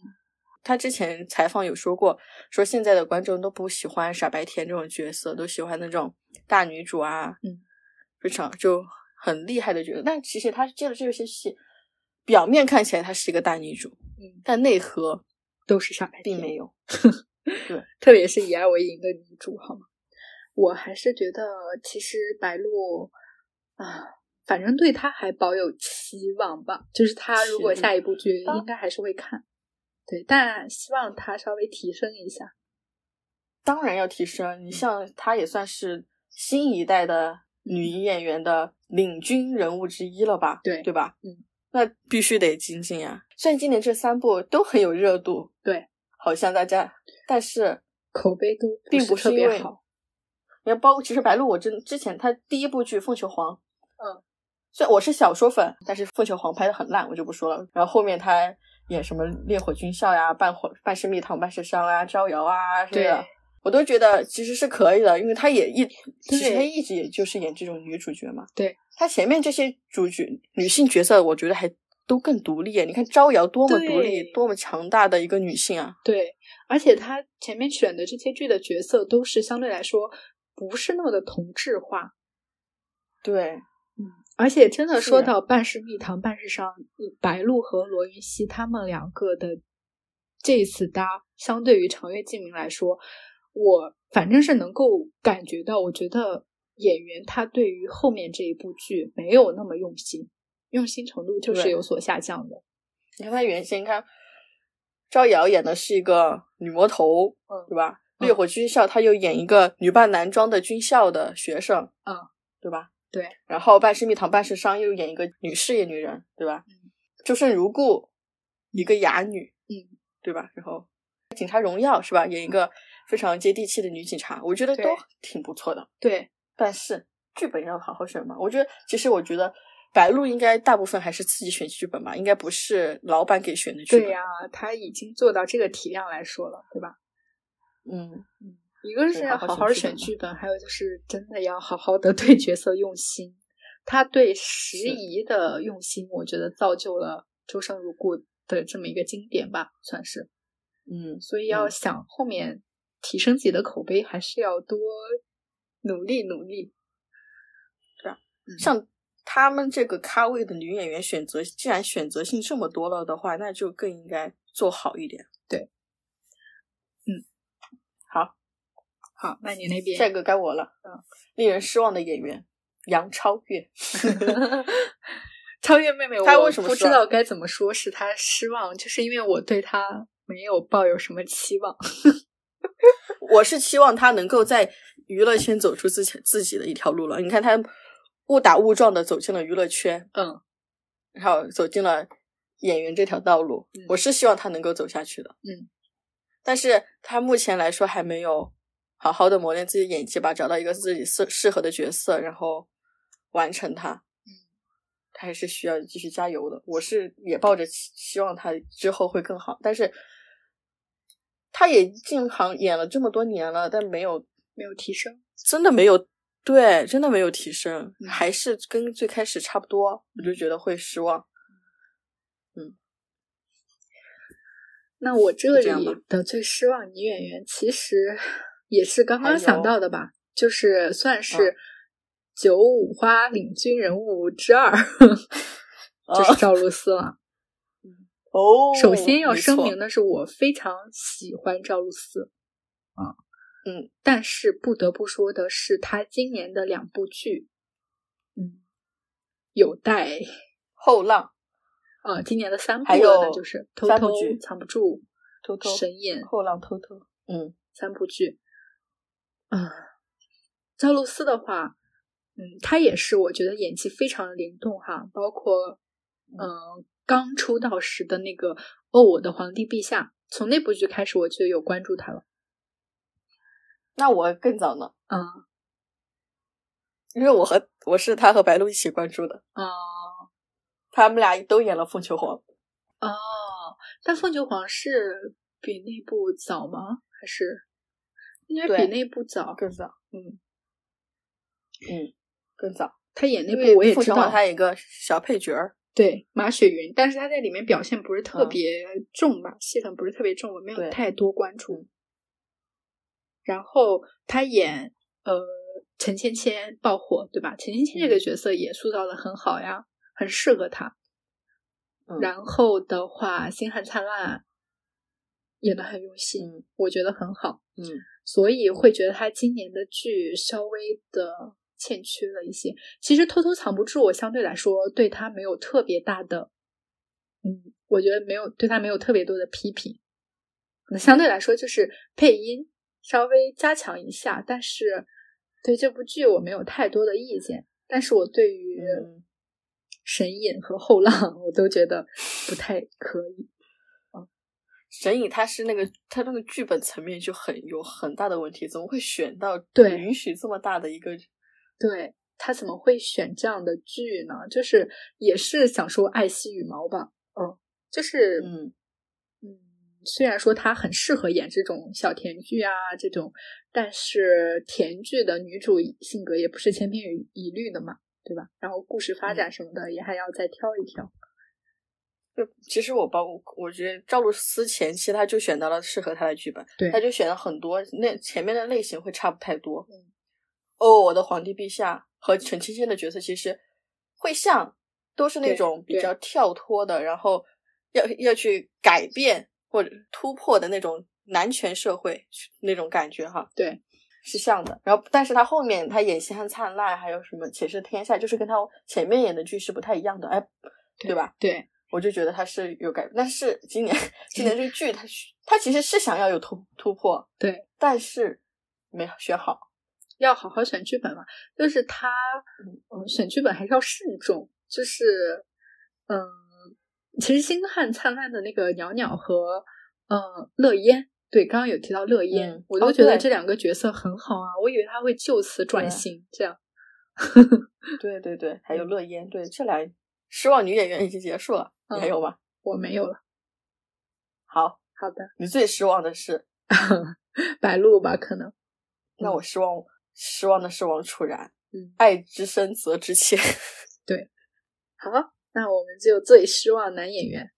Speaker 2: 他之前采访有说过，说现在的观众都不喜欢傻白甜这种角色，都喜欢那种大女主啊，
Speaker 1: 嗯，
Speaker 2: 非常就很厉害的角色。但其实他接的这些戏，表面看起来她是一个大女主，
Speaker 1: 嗯，
Speaker 2: 但内核
Speaker 1: 都是傻白甜
Speaker 2: 并。没有。
Speaker 1: 特别是以爱为营的女主，好吗？我还是觉得，其实白鹿啊，反正对她还抱有期望吧。就是她如果
Speaker 2: 期
Speaker 1: 下一部剧，
Speaker 2: 望
Speaker 1: 应该还是会看。对，但希望她稍微提升一下。
Speaker 2: 当然要提升，你像她也算是新一代的女演员的领军人物之一了吧？
Speaker 1: 对
Speaker 2: 对吧？
Speaker 1: 嗯，
Speaker 2: 那必须得精进呀。虽然今年这三部都很有热度，
Speaker 1: 对，
Speaker 2: 好像大家，但是
Speaker 1: 口碑都不
Speaker 2: 并
Speaker 1: 是
Speaker 2: 不
Speaker 1: 特
Speaker 2: 是因
Speaker 1: 别
Speaker 2: 为
Speaker 1: 好。
Speaker 2: 你看，包括其实白鹿，我真之前她第一部剧《凤求凰》，
Speaker 1: 嗯，
Speaker 2: 虽然我是小说粉，但是《凤求凰》拍的很烂，我就不说了。然后后面他演什么《烈火军校》呀，《半火半是蜜糖半是伤》啊，《招摇》啊什么
Speaker 1: 对
Speaker 2: 的，我都觉得其实是可以的，因为他也一其实
Speaker 1: 对
Speaker 2: 他一直也就是演这种女主角嘛。
Speaker 1: 对，
Speaker 2: 他前面这些主角女性角色，我觉得还都更独立。啊你看招摇多么独立
Speaker 1: 对，
Speaker 2: 多么强大的一个女性啊！
Speaker 1: 对，而且他前面选的这些剧的角色都是相对来说不是那么的同质化，
Speaker 2: 对，
Speaker 1: 而且真的
Speaker 2: 是啊
Speaker 1: 说
Speaker 2: 的
Speaker 1: 到半是蜜糖半是伤，嗯白鹿和罗云熙他们两个的这一次搭，相对于长月烬明来说，我反正是能够感觉到，我觉得演员他对于后面这一部剧没有那么用心，用心程度就是
Speaker 2: 对
Speaker 1: 有所下降的。
Speaker 2: 你看她原先，你看招摇演的是一个女魔头，
Speaker 1: 嗯
Speaker 2: 对吧？烈火军校，她又演一个女扮男装的军校的学生，
Speaker 1: 嗯，
Speaker 2: 对吧？
Speaker 1: 对。
Speaker 2: 然后半是蜜糖半是伤，又演一个女事业女人，对吧？
Speaker 1: 嗯
Speaker 2: 周胜如故，一个哑女，
Speaker 1: 嗯，
Speaker 2: 对吧？然后警察荣耀是吧？演一个非常接地气的女警察，我觉得
Speaker 1: 对
Speaker 2: 都挺不错的。
Speaker 1: 对，
Speaker 2: 但是剧本要好好选吧。我觉得，其实我觉得白鹿应该大部分还是自己选剧本吧，应该不是老板给选的剧本。
Speaker 1: 对呀、他已经做到这个体量来说了，对吧？
Speaker 2: 嗯，
Speaker 1: 一个
Speaker 2: 对
Speaker 1: 是
Speaker 2: 好
Speaker 1: 要好
Speaker 2: 好选
Speaker 1: 好
Speaker 2: 剧
Speaker 1: 选
Speaker 2: 本
Speaker 1: 剧本，还有就是真的要好好的对角色用心。他对时
Speaker 2: 是
Speaker 1: 宜的用心，我觉得造就了《周生如故》的这么一个经典吧，算是。
Speaker 2: 嗯，
Speaker 1: 所以要
Speaker 2: 嗯
Speaker 1: 想后面提升自己的口碑，还是要多努力努力。
Speaker 2: 像他们这个咖位的女演员选择，既然选择性这么多了的话，那就更应该做好一点。
Speaker 1: 好，那你那边
Speaker 2: 下一个该我了，
Speaker 1: 嗯，
Speaker 2: 令人失望的演员杨超越， [LAUGHS]
Speaker 1: 超越妹妹，
Speaker 2: 她
Speaker 1: 我
Speaker 2: 为什么
Speaker 1: 不
Speaker 2: 失
Speaker 1: 知
Speaker 2: 望
Speaker 1: 道该怎么说，是她失望，就是因为我对她没有抱有什么期望。 [LAUGHS]
Speaker 2: 我是期望他能够在娱乐圈走出自己自己的一条路了。你看他误打误撞的走进了娱乐圈，
Speaker 1: 嗯
Speaker 2: 然后走进了演员这条道路。
Speaker 1: 嗯
Speaker 2: 我是希望他能够走下去的，
Speaker 1: 嗯，
Speaker 2: 但是他目前来说还没有好好的磨练自己的演技吧，找到一个自己适适合的角色，然后完成它。
Speaker 1: 嗯，
Speaker 2: 他还是需要继续加油的。我是也抱着期希望他之后会更好，但是他也进行演了这么多年了，但没有
Speaker 1: 没有提升。
Speaker 2: 真的没有，对，真的没有提升，
Speaker 1: 嗯
Speaker 2: 还是跟最开始差不多，我就觉得会失望。
Speaker 1: 那我这
Speaker 2: 这样吧
Speaker 1: 里的最失望女演员，其实也是刚
Speaker 2: 哎
Speaker 1: 刚想到的吧，就是
Speaker 2: 嗯
Speaker 1: 算是九五花领军人物之二， [LAUGHS] 就是赵露思了。
Speaker 2: 哦
Speaker 1: 首先要声，
Speaker 2: 没
Speaker 1: 明
Speaker 2: 错
Speaker 1: 的是，我非常喜欢赵露思啊，
Speaker 2: 嗯，
Speaker 1: 但是不得不说的是，她今年的两部剧，嗯，有待
Speaker 2: 后浪
Speaker 1: 呃，今年的三部
Speaker 2: 还
Speaker 1: 了呢，
Speaker 2: 有
Speaker 1: 就是偷
Speaker 2: 三部
Speaker 1: 偷
Speaker 2: 剧
Speaker 1: 藏不住、
Speaker 2: 偷偷哦
Speaker 1: 神眼、
Speaker 2: 后浪偷偷，嗯，
Speaker 1: 三部剧。啊、赵露思的话，嗯，她也是我觉得演技非常的灵动哈，包括嗯、刚出道时的那个《哦我的皇帝陛下》，从那部剧开始我就有关注她了。
Speaker 2: 那我更早呢，
Speaker 1: 嗯
Speaker 2: 因为我和我是他和白鹿一起关注的，
Speaker 1: 啊
Speaker 2: 他们俩都演了《凤求凰》，
Speaker 1: 哦，但《凤求凰》是比那部早吗？还是应该
Speaker 2: 对
Speaker 1: 比那部早？
Speaker 2: 更早，
Speaker 1: 嗯，
Speaker 2: 嗯，更早。
Speaker 1: 她演那
Speaker 2: 因为
Speaker 1: 部我也
Speaker 2: 凤
Speaker 1: 知
Speaker 2: 求凰
Speaker 1: 道，
Speaker 2: 他有一个小配角儿，
Speaker 1: 对马雪云，但是她在里面表现不是特
Speaker 2: 嗯
Speaker 1: 别重吧，戏份不是特别重，我没
Speaker 2: 对嗯
Speaker 1: 有太多关注。然后她演呃陈芊芊爆火，对吧？陈芊芊这个
Speaker 2: 嗯
Speaker 1: 角色也塑造的很好呀，很适合她。
Speaker 2: 嗯
Speaker 1: 然后的话，《星汉灿烂》演的很用心，
Speaker 2: 嗯
Speaker 1: 我觉得很好，
Speaker 2: 嗯，
Speaker 1: 所以会觉得她今年的剧稍微的欠缺了一些。其实《偷偷藏不住》，我相对来说对她没有特别大的，嗯，我觉得没有对她没有特别多的批评。那相对来说就是配音稍微加强一下，但是对这部剧我没有太多的意见。但是我对于
Speaker 2: 嗯
Speaker 1: 神隐和后浪， [LAUGHS] 我都觉得不太可以。
Speaker 2: 神隐他是那个他那个剧本层面就很有很大的问题，怎么会选到
Speaker 1: 对
Speaker 2: 允许这么大的一个
Speaker 1: 对，他怎么会选这样的剧呢？就是也是想说爱惜羽毛吧，嗯，就是
Speaker 4: 嗯
Speaker 1: 嗯，虽然说她很适合演这种小甜剧啊这种，但是甜剧的女主性格也不是千篇一律的嘛，对吧？然后故事发展什么的也还要再挑一挑。
Speaker 2: 就其实我包括，我觉得赵露思前期她就选到了适合她的剧本，
Speaker 1: 对
Speaker 2: 她就选了很多，那前面的类型会差不太多。
Speaker 1: 嗯
Speaker 2: 哦，我的皇帝陛下和陈清现的角色其实会像，都是那
Speaker 1: 对
Speaker 2: 种比
Speaker 1: 对
Speaker 2: 较跳脱的，然后要要去改变或者突破的那种男权社会那种感觉哈。
Speaker 1: 对，
Speaker 2: 是像的。然后，但是她后面她演《西汉灿烂》还有什么《且试天下》，就是跟她前面演的剧是不太一样的，哎，对吧？
Speaker 1: 对，
Speaker 2: 我就觉得他是有改变，但是今年今年这个剧他是他其实是想要有突突破，
Speaker 1: 对，
Speaker 2: 但是没有
Speaker 1: [LAUGHS]
Speaker 2: 选好，
Speaker 1: 要好好选剧本嘛，就是她，嗯，选剧本还是要慎重，就是，嗯，其实《星汉灿烂》的那个袅袅和，嗯，乐嫣，对，刚刚有提到乐嫣，
Speaker 2: 嗯
Speaker 1: 我
Speaker 2: 哦
Speaker 1: 都觉得
Speaker 2: 对
Speaker 1: 这两个角色很好啊，我以为她会就此转型，这样，
Speaker 2: 对对对，
Speaker 1: 嗯
Speaker 2: 还有乐嫣，对这俩失望女演员已经结束了，你还
Speaker 1: 嗯
Speaker 2: 有吗？
Speaker 1: 我没有了。
Speaker 2: 好，
Speaker 1: 好的，
Speaker 2: 你最失望的是，
Speaker 1: 白鹿吧，可能，
Speaker 2: 那我失望失望的是王楚然，
Speaker 1: 嗯，
Speaker 2: 爱之深责之切，
Speaker 1: 好，那我们就最失望男演员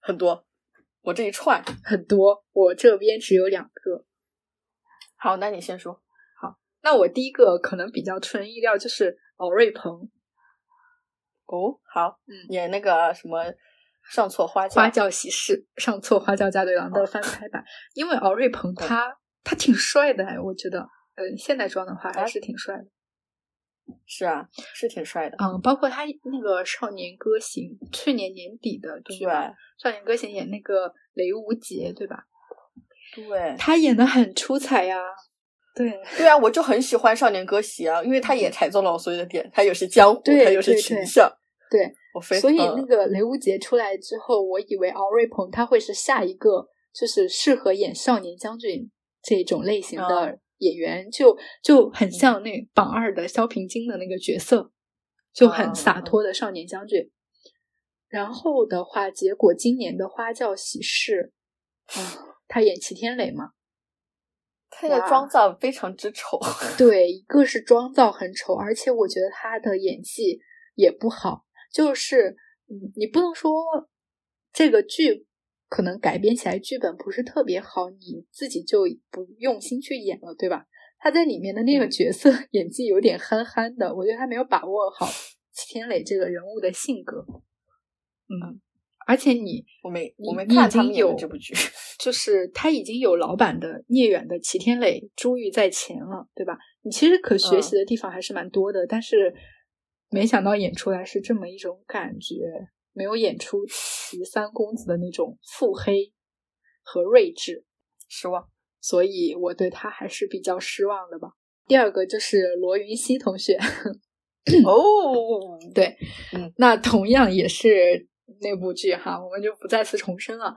Speaker 2: 很多，我这一串，
Speaker 1: 很多，我这边只有两个，
Speaker 2: 好，那你先说，
Speaker 1: 那我第一个可能比较出人意料，就是敖瑞鹏
Speaker 2: 哦，好，
Speaker 1: 嗯
Speaker 2: 演那个什么上错花
Speaker 1: 《花
Speaker 2: 轿，
Speaker 1: 轿喜事》上错《花轿嫁对郎》的翻拍版，因为敖瑞鹏他他挺帅的，哎，我觉得，嗯，现代装的话还是挺帅的，
Speaker 2: 是啊，是挺帅的，
Speaker 1: 嗯，包括他那个《少年歌行》去年年底的剧
Speaker 2: 对
Speaker 1: 吧，《少年歌行》演那个雷无桀，对吧？
Speaker 2: 对。
Speaker 1: 他演的很出彩呀、对
Speaker 2: 对啊，我就很喜欢《少年歌行》啊，因为他也踩中了我所有的点，他有些江湖，
Speaker 1: 嗯对
Speaker 2: 他有些
Speaker 1: 对
Speaker 2: 群
Speaker 1: 对
Speaker 2: 像，
Speaker 1: 对，
Speaker 2: 我非
Speaker 1: 所以
Speaker 2: 嗯
Speaker 1: 那个雷无桀出来之后，我以为敖瑞鹏他会是下一个，就是适合演少年将军这种类型
Speaker 2: 嗯
Speaker 1: 的演员，就就很像那榜二的萧平金的那个角色，就
Speaker 2: 嗯
Speaker 1: 很洒脱的少年将军。然后的话，结果今年的《花轿喜事》，
Speaker 2: [SIGHS]
Speaker 1: 嗯，他演齐天磊嘛，
Speaker 2: 他的
Speaker 1: 哇
Speaker 2: 妆造非常之丑，
Speaker 1: 对，一个是妆造很丑，而且我觉得他的演技也不好。就是，嗯，你不能说这个剧可能改编起来剧本不是特别好，你自己就不用心去演了，对吧？他在里面的那个角色 [LAUGHS] 演技有点憨憨的，我觉得他没有把握好 [LAUGHS] 齐天磊这个人物的性格。嗯，而且你
Speaker 2: 我没
Speaker 1: 你
Speaker 2: 我没
Speaker 1: 你
Speaker 2: 看
Speaker 1: 已
Speaker 2: 他
Speaker 1: 经
Speaker 2: 们演的
Speaker 1: 有
Speaker 2: 这部剧，
Speaker 1: 就是他已经有老版的聂远的《齐天磊》珠玉在前了，对吧？你其实可学
Speaker 2: 嗯
Speaker 1: 习的地方还是蛮多的，但是没想到演出来是这么一种感觉，没有演出齐三公子的那种腹黑和睿智，
Speaker 2: 失望。
Speaker 1: 所以我对他还是比较失望的吧。第二个就是罗云熙同学，嗯
Speaker 2: [LAUGHS] 哦，
Speaker 1: 对，
Speaker 2: 嗯
Speaker 1: 那同样也是那部剧哈，我们就不再次重申了。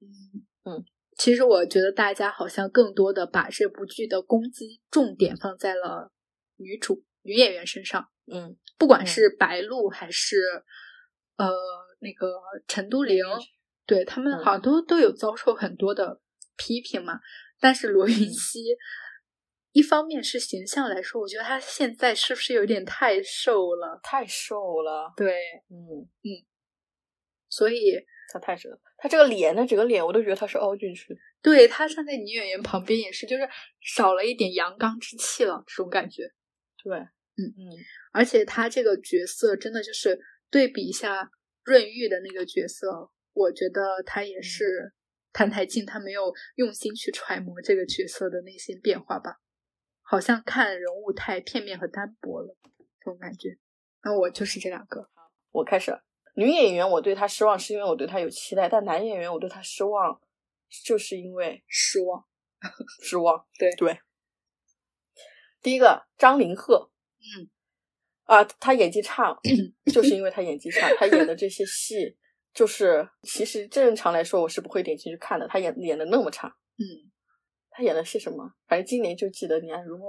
Speaker 1: 嗯
Speaker 2: 嗯，
Speaker 1: 其实我觉得大家好像更多的把这部剧的攻击重点放在了女主女演员身上，
Speaker 2: 嗯，
Speaker 1: 不管
Speaker 2: 嗯
Speaker 1: 是白鹿还是、呃那个陈都灵，对他们
Speaker 2: 嗯
Speaker 1: 好像都、都有遭受很多的批评嘛。但是罗云熙，一方面是形象来说，我觉得她现在是不是有点太瘦了？
Speaker 2: 太瘦了，
Speaker 1: 对，
Speaker 2: 嗯，
Speaker 1: 所以
Speaker 2: 他太瘦了，他这个脸，他整个脸我都觉得他是凹进去的，
Speaker 1: 对她站在女演员旁边也是，就是少了一点阳刚之气了，这种感觉。
Speaker 2: 对，
Speaker 1: 嗯
Speaker 2: 嗯，
Speaker 1: 而且她这个角色真的就是对比一下润玉的那个角色，哦我觉得她也是澹台烬，她没有用心去揣摩这个角色的内心变化吧，好像看人物太片面和单薄了，这种感觉。那我就是这两个，
Speaker 2: 我开始了女演员，我对她失望是因为我对她有期待，但男演员我对他失望，就是因为
Speaker 1: 失望。
Speaker 2: 失望。
Speaker 1: 对
Speaker 2: 对，第一个张凌赫，
Speaker 1: 嗯，
Speaker 2: 啊，他演技差，
Speaker 1: [LAUGHS]
Speaker 2: 就是因为他演技差，他演的这些戏，就是其实正常来说我是不会点进去看的，他演演的那么差，
Speaker 1: 嗯，
Speaker 2: 他演的是什么？反正今年就记得《你爱如梦》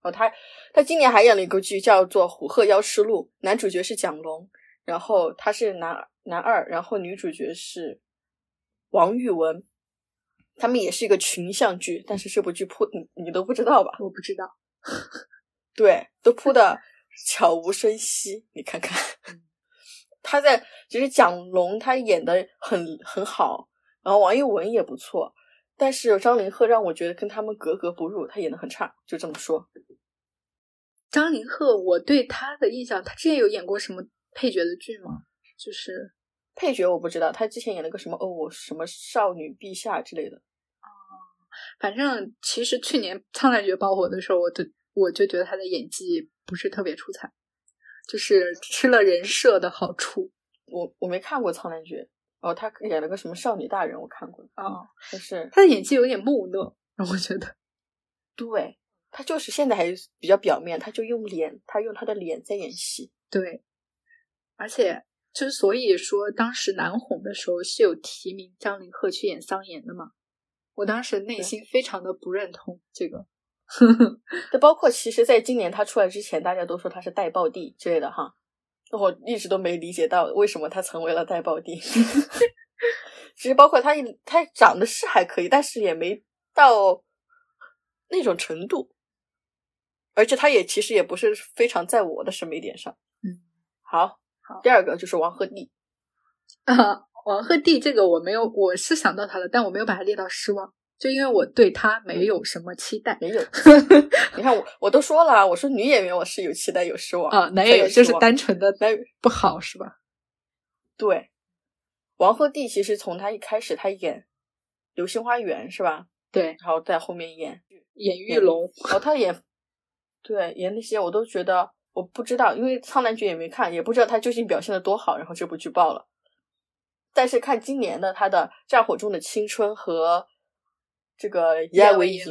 Speaker 2: 哦，他他今年还演了一个剧叫做《虎鹤妖师录》，男主角是蒋龙，然后他是男男二，然后女主角是王玉雯。他们也是一个群像剧，但是这部剧铺你你都不知道吧？
Speaker 1: 我不知道，
Speaker 2: 对，都铺的悄无声息。你看看， [LAUGHS] 他在其实蒋龙他演的很很好，然后王一文也不错，但是张凌赫让我觉得跟他们格格不入，他演的很差，就这么说。
Speaker 1: 张凌赫，我对他的印象，他之前有演过什么配角的剧吗？就是
Speaker 2: 配角我不知道，他之前演了个什么哦，我什么少女陛下之类的，
Speaker 1: 反正其实去年《苍兰诀》爆火的时候，我对我就觉得他的演技不是特别出彩，就是吃了人设的好处
Speaker 2: 我我没看过《苍兰诀》，哦，他演了个什么少女大人，我看过，
Speaker 1: 啊、
Speaker 2: 但是
Speaker 1: 他的演技有点木讷，让我觉得。
Speaker 2: 对他就是现在还比较表面，他就用脸，他用他的脸在演戏。
Speaker 1: 对，而且就是所以说，当时南红的时候是有提名张凌赫去演桑延的嘛。我当时内心非常的不认同这个， [LAUGHS]
Speaker 2: 就包括其实在今年他出来之前，大家都说他是带爆帝之类的哈，那我一直都没理解到为什么他成为了带爆帝。 [LAUGHS] 其实包括他一，他长得是还可以，但是也没到那种程度，而且他也其实也不是非常在我的审美点上。
Speaker 1: 嗯，
Speaker 2: 好，
Speaker 1: 好
Speaker 2: 第二个就是王鹤棣，
Speaker 1: 啊，王鹤棣这个我没有，我是想到他的，但我没有把他列到失望，就因为我对他没有什么期待。
Speaker 2: 没有，你看我我都说了，啊我说女演员我是有期待有失望
Speaker 1: 啊，男
Speaker 2: 还
Speaker 1: 演员就是
Speaker 2: 失望
Speaker 1: 单纯的
Speaker 2: 男
Speaker 1: 不好是吧？
Speaker 2: 对，王鹤棣其实从他一开始他演《流星花园》是吧？
Speaker 1: 对，
Speaker 2: 然后在后面演，
Speaker 1: 演玉龙，
Speaker 2: 哦，他演对演那些我都觉得我不知道，因为《苍兰诀》也没看，也不知道他究竟表现的多好，然后这部剧爆了。但是看今年的他的《战火中的青春》和这个《以爱为
Speaker 1: 以
Speaker 2: 营
Speaker 1: 爱》，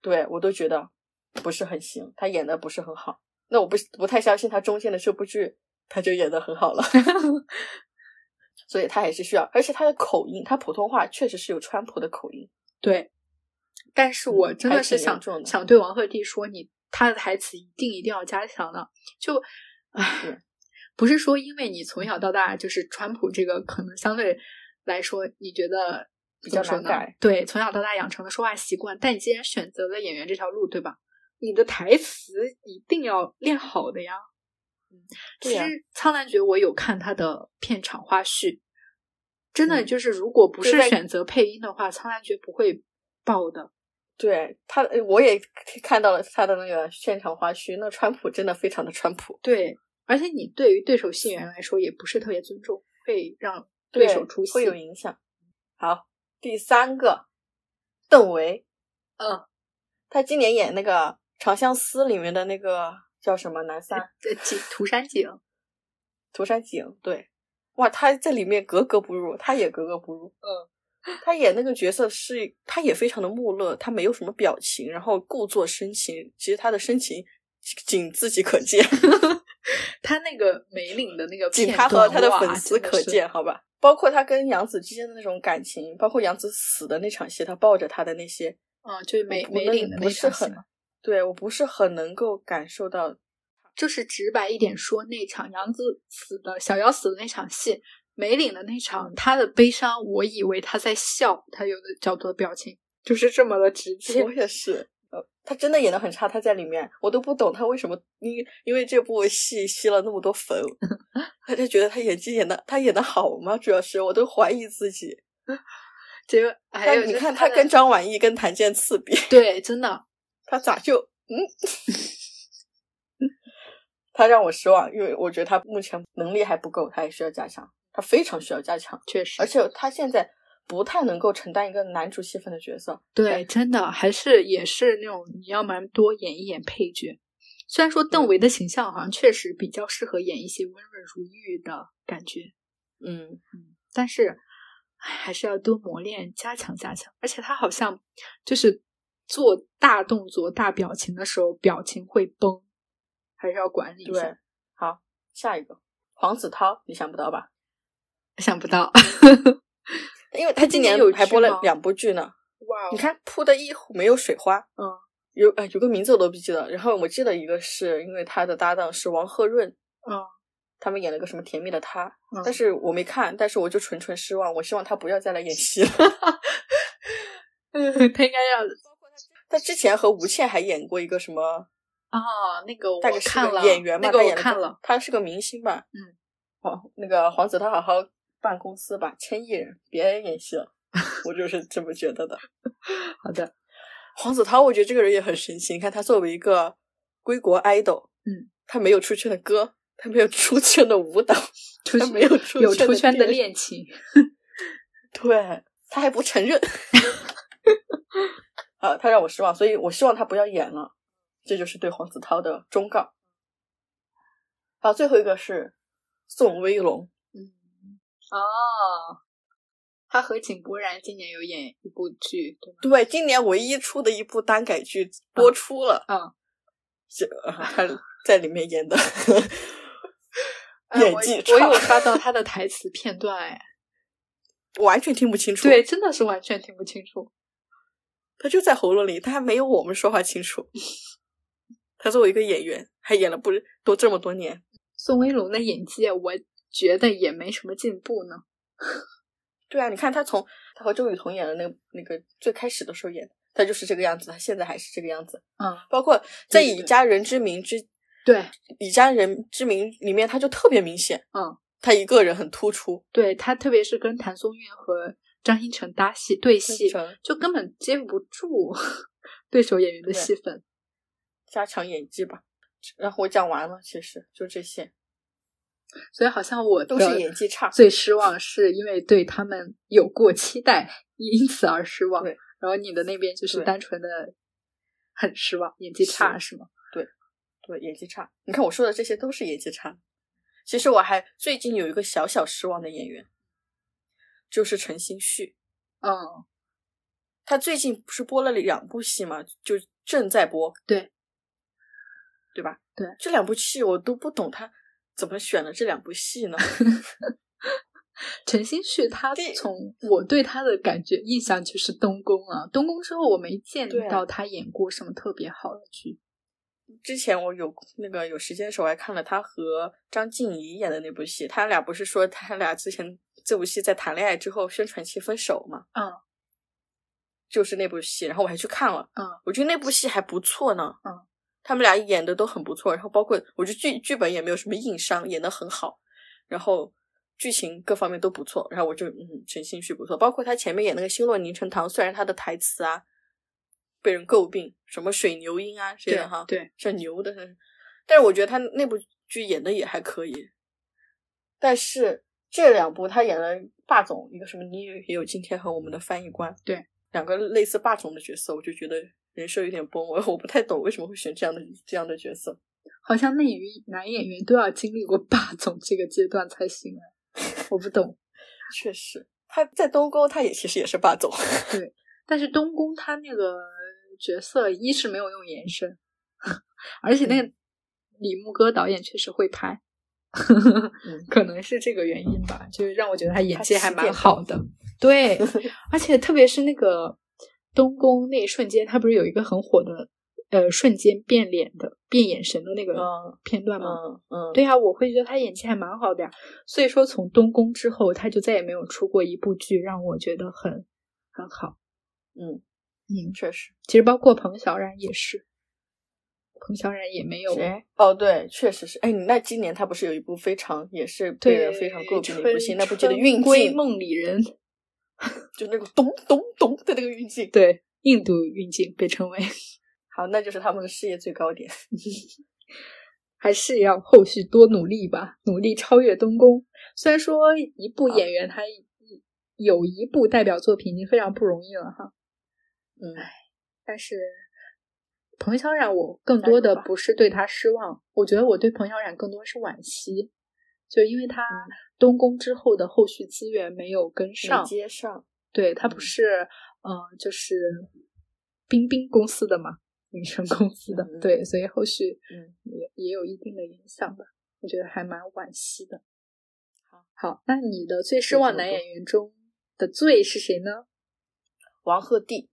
Speaker 2: 对我都觉得不是很行，他演的不是很好。那我不不太相信他中间的这部剧他就演的很好了。 [LAUGHS] 所以他还是需要，而且他的口音，他普通话确实是有川普的口音。
Speaker 1: 对。但是我真的是
Speaker 2: 嗯还挺
Speaker 1: 想
Speaker 2: 严重的
Speaker 1: 想对王鹤棣说你，他的台词一定一定要加强了。就，唉
Speaker 2: 是，
Speaker 1: 不是说因为你从小到大就是川普这个，可能相对来说你觉得
Speaker 2: 比较
Speaker 1: 怎么说
Speaker 2: 难
Speaker 1: 呢
Speaker 2: 改
Speaker 1: 对，从小到大养成的说话习惯，但你既然选择了演员这条路，对吧？你的台词一定要练好的呀。
Speaker 2: 对
Speaker 1: 嗯
Speaker 2: 呀
Speaker 1: 其实《苍兰诀》我有看它的片场花絮，真的
Speaker 2: 嗯
Speaker 1: 就是如果不
Speaker 2: 就是在
Speaker 1: 选择配音的话，《苍兰诀》不会爆的。
Speaker 2: 对他，呃我也看到了他的那个现场花絮，那川普真的非常的川普。
Speaker 1: 对，而且你对于对手戏员来说也不是特别尊重，会让
Speaker 2: 对
Speaker 1: 手出戏。
Speaker 2: 会有影响。好，第三个，邓为，
Speaker 1: 嗯，
Speaker 2: 他今年演那个《长相思》里面的那个叫什么男三
Speaker 1: 这景涂山璟，
Speaker 2: 涂山璟，对，哇，他在里面格格不入，他也格格不入，嗯，他演那个角色是，他也非常的木讷，他没有什么表情，然后故作深情，其实他的深情仅自己可见。
Speaker 1: 他那个梅岭的那个
Speaker 2: 仅
Speaker 1: 片
Speaker 2: 他和
Speaker 1: 段
Speaker 2: 他的
Speaker 1: 哇
Speaker 2: 粉丝
Speaker 1: 真的
Speaker 2: 可
Speaker 1: 是
Speaker 2: 见，好吧？包括他跟杨紫之间的那种感情，包括杨紫死的那场戏，他抱着他的那些，
Speaker 1: 嗯，就是梅
Speaker 2: 我不
Speaker 1: 梅
Speaker 2: 能
Speaker 1: 岭的
Speaker 2: 不
Speaker 1: 那
Speaker 2: 是
Speaker 1: 场戏
Speaker 2: 很
Speaker 1: 嘛，
Speaker 2: 对我不是很能够感
Speaker 1: [LAUGHS]
Speaker 2: 受到，
Speaker 1: 就是直白一点说，那场杨紫死的小妖死的那场戏，梅岭的那场，他的悲伤，我以为他在笑，他有的角度的表情就是这么的直接。
Speaker 2: 我也是。呃，他真的演的很差，他在里面我都不懂他为什么因因为这部戏吸了那么多
Speaker 1: [LAUGHS]
Speaker 2: 粉，他就觉得他演技演的他演的好吗？主要是我都怀疑自己。
Speaker 1: 结果还有
Speaker 2: 但你
Speaker 1: 就是
Speaker 2: 看
Speaker 1: 他
Speaker 2: 他
Speaker 1: 的
Speaker 2: 跟张晚意跟谭健次比，
Speaker 1: 对，真的
Speaker 2: 他咋就嗯？ [LAUGHS] 他让我失望，因为我觉得他目前能力还不够，他也需要加强，他非常需要加强，
Speaker 1: 确实
Speaker 2: 而，且他现在不太能够承担一个男主戏份的角色。
Speaker 1: 对，真的还是也是那种你要蛮多演一演配角。虽然说邓为的形象好像确实比较适合演一些温润如玉的感觉，
Speaker 2: 嗯，
Speaker 1: 但是唉还是要多磨练，加强加强。而且他好像就是做大动作、大表情的时候，表情会崩，还是要管理一
Speaker 2: 对
Speaker 1: 下。，
Speaker 2: 好，下一个黄子韬，你想不到吧？
Speaker 1: 想不到，
Speaker 2: 因为他今
Speaker 1: 今年
Speaker 2: 年
Speaker 1: 有
Speaker 2: 还播
Speaker 1: 剧
Speaker 2: 了
Speaker 1: 吗
Speaker 2: 两部剧呢。
Speaker 1: 哇哦
Speaker 2: 你看，扑的一壶没有水花，
Speaker 1: 嗯，
Speaker 2: 有哎有个名字我都不记得。然后我记得一个是因为他的搭档是王鹤润，
Speaker 1: 嗯，
Speaker 2: 他们演了个什么《甜蜜的他》
Speaker 1: 嗯
Speaker 2: 但是我没看，但是我就纯纯失望。我希望他不要
Speaker 1: [LAUGHS]
Speaker 2: 再来演戏了。
Speaker 1: [LAUGHS]
Speaker 2: [LAUGHS]
Speaker 1: 他应该要
Speaker 2: 他之前和吴倩还演过一个什么，
Speaker 1: 啊，那个我
Speaker 2: 大概是
Speaker 1: 看
Speaker 2: 个
Speaker 1: 了
Speaker 2: 演员嘛，
Speaker 1: 那个
Speaker 2: 她
Speaker 1: 我
Speaker 2: 演的
Speaker 1: 看
Speaker 2: 更
Speaker 1: 了，，
Speaker 2: 他是个明星吧？
Speaker 1: 嗯，
Speaker 2: 黄那个黄子韬好好办公司吧，签艺人，别演
Speaker 1: [LAUGHS]
Speaker 2: 戏了，我就是这么觉得的。
Speaker 1: 好的，
Speaker 2: 黄子韬，我觉得这个人也很神奇。你看他作为一个归国 idol，
Speaker 1: 嗯，
Speaker 2: 他没有出圈的歌，他没有出圈的舞蹈，
Speaker 1: 出
Speaker 2: 他
Speaker 1: 圈
Speaker 2: 没有出
Speaker 1: 有出圈的
Speaker 2: 电视，
Speaker 1: 恋情，
Speaker 2: 对他还不
Speaker 1: [LAUGHS]
Speaker 2: 承认，啊，他让我失望，所以我希望他不要演了。这就是对黄子韬的忠告。啊，最后一个是宋威龙，
Speaker 1: 嗯，哦，他和井柏然今年有演一部剧，对吗？
Speaker 2: 对，今年唯一出的一部耽改剧播出了，
Speaker 1: 嗯，
Speaker 2: 这、啊他在里面演的 [LAUGHS]
Speaker 1: 哎
Speaker 2: 演
Speaker 1: 我
Speaker 2: 技
Speaker 1: 我
Speaker 2: 差 [LAUGHS]
Speaker 1: 有刷到他的台词片段，哎，
Speaker 2: 完全听不清楚，
Speaker 1: 对，真的是完全听不清楚。
Speaker 2: 他就在喉咙里，他还没有我们说话清楚。 [LAUGHS] 他作为一个演员，还演了不多这么多年，
Speaker 1: 宋威龙的演技，我觉得也没什么进步呢。
Speaker 2: 对啊，你看他从他和周雨彤演的那那个最开始的时候演，他就是这个样子，他现在还是这个样子。
Speaker 1: 嗯，
Speaker 2: 包括在《
Speaker 1: 对对
Speaker 2: 以家人之名》之《
Speaker 1: 对
Speaker 2: 以家人之名》里面，他就特别明显，
Speaker 1: 嗯，
Speaker 2: 他一个人很突出，
Speaker 1: 对，他特别是跟谭松韵和张新成搭戏对
Speaker 2: 张
Speaker 1: 戏，
Speaker 2: 成
Speaker 1: 就根本接不住 [LAUGHS] 对手演员的
Speaker 2: 对
Speaker 1: 戏份。
Speaker 2: 加强演技吧。然后我讲完了，其实就这些，
Speaker 1: 所以好像我
Speaker 2: 都
Speaker 1: 的
Speaker 2: 是演技差。
Speaker 1: 最失望是因为对他们有过期待，因此而失望。
Speaker 2: 对
Speaker 1: 然后你的那边就是
Speaker 2: 对
Speaker 1: 单纯的很失望，演技差是吗？
Speaker 2: 对，演技差。你看我说的这些都是演技差。其实我还最近有一个小小失望的演员，就是陈星旭。
Speaker 1: 嗯，
Speaker 2: 他最近不是播了两部戏嘛，就正在播。
Speaker 1: 对，
Speaker 2: 对吧？
Speaker 1: 对，
Speaker 2: 这两部戏我都不懂他怎么选了这两部戏呢？
Speaker 1: 陈星旭他
Speaker 2: 对
Speaker 1: 从我对他的感觉印象就是东宫啊，东宫之后我没见
Speaker 2: 对
Speaker 1: 到他演过什么特别好的剧。
Speaker 2: 之前我有那个有时间的时候，我还看了他和张婧仪演的那部戏。他俩不是说他俩之前这部戏在谈恋爱之后宣传期分手嘛？
Speaker 1: 嗯，
Speaker 2: 就是那部戏，然后我还去看了。
Speaker 1: 嗯，
Speaker 2: 我觉得那部戏还不错呢。
Speaker 1: 嗯，
Speaker 2: 他们俩演的都很不错，然后包括我觉得剧剧本也没有什么硬伤，演的很好，然后剧情各方面都不错。然后我就嗯，陈星旭不错，包括他前面演那个《星落凝成糖》，虽然他的台词啊被人诟病，什么水牛音啊之类的哈，
Speaker 1: 对，
Speaker 2: 是牛的，但是我觉得他那部剧演的也还可以，但是这两部他演了霸总，一个什么你也有今天和我们的翻译官，
Speaker 1: 对，
Speaker 2: 两个类似霸总的角色，我就觉得人设有点崩，我我不太懂为什么会选这样的这样的角色，
Speaker 1: 好像内娱男演员都要经历过霸总这个阶段才行啊，我不懂。
Speaker 2: 确实。他在东沟，他也其实也是霸总，
Speaker 1: 但是东宫他那个角色，一是没有用延伸， [LAUGHS] 而且那个李牧歌导演确实会拍， [LAUGHS] 可能是这个原因吧，就是让我觉得嗯他演技还蛮好的。 [LAUGHS] 对，而且特别是那个东宫那一瞬间，他不是有一个很火的呃瞬间变脸的变眼神的那个
Speaker 2: 嗯
Speaker 1: 片段吗？
Speaker 2: 嗯嗯，
Speaker 1: 对啊，我会觉得他演技还蛮好的呀。所以说，从东宫之后，他就再也没有出过一部剧让我觉得很很好。
Speaker 2: 嗯，
Speaker 1: 嗯，
Speaker 2: 确实。
Speaker 1: 其实包括彭小冉也是，彭小冉也没有
Speaker 2: 谁？哦，对，确实是。哎，你那今年他不是有一部非常也是被人非常诟病的一部戏，那部剧的运
Speaker 1: 归
Speaker 2: 镜，
Speaker 1: 梦里人，
Speaker 2: 就那个咚咚咚的那个运镜。
Speaker 1: 对印度运镜被称为，
Speaker 2: 好，那就是他们的事业最高点。
Speaker 1: 还是要后续多努力吧，努力超越东宫。虽然说一部演员他有一部代表作品已经非常不容易了哈，
Speaker 2: 嗯，
Speaker 1: 但是彭小冉我更多的
Speaker 2: 加油吧
Speaker 1: 不是对她失望，我觉得我对彭小冉更多是惋惜，就因为她东宫之后的后续资源没有跟上
Speaker 2: 没，接上，
Speaker 1: 对，他不
Speaker 2: 嗯
Speaker 1: 是，呃，就是冰冰公司的嘛，女生公司的，
Speaker 2: 嗯
Speaker 1: 对，所以后续
Speaker 2: 嗯
Speaker 1: 也也有一定的影响吧，我觉得还蛮惋惜的。
Speaker 2: 好，
Speaker 1: 好，那你的最失
Speaker 2: 就
Speaker 1: 望
Speaker 2: 这么
Speaker 1: 男
Speaker 2: 多
Speaker 1: 演员中的最是谁呢？
Speaker 2: 王鹤棣，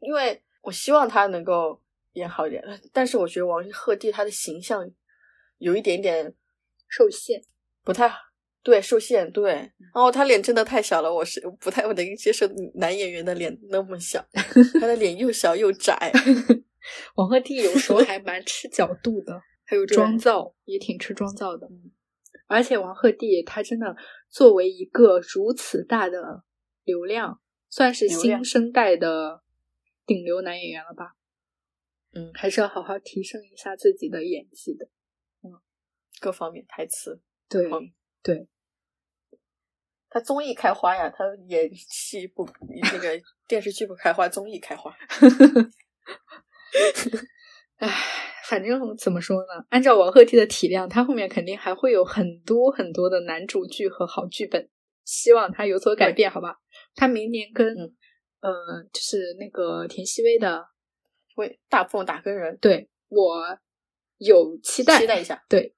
Speaker 2: 因为我希望他能够演好一点。但是我觉得王鹤棣他的形象有一点点
Speaker 1: 受限。
Speaker 2: 不太对，受限对。然后他脸真的太小了，我是不太能接受男演员的脸那么小，他的脸又小又窄。
Speaker 1: 王鹤棣有时候还蛮吃角度的，还有妆造也挺吃妆造的。嗯而且王鹤棣他真的作为一个如此大的流量，算是
Speaker 4: 流量
Speaker 1: 新生代的顶流男演员了吧？
Speaker 2: 嗯，
Speaker 1: 还是要好好提升一下自己的演技的。
Speaker 2: 各方面台词，
Speaker 1: 对，
Speaker 2: 嗯
Speaker 4: 他综艺开花呀，他演
Speaker 2: 戏不那个电视剧不开花，综艺开花。
Speaker 1: 唉，反正怎么说呢？按照王鹤棣的体量，他后面肯定还会有很多很多的男主剧和好剧本，希望他有所改变，好吧？他明年跟、
Speaker 2: 嗯
Speaker 1: 呃，就是那个田曦薇的，
Speaker 2: 为大鹏打跟人，
Speaker 1: 对我有期待，
Speaker 2: 期待一下。
Speaker 1: 对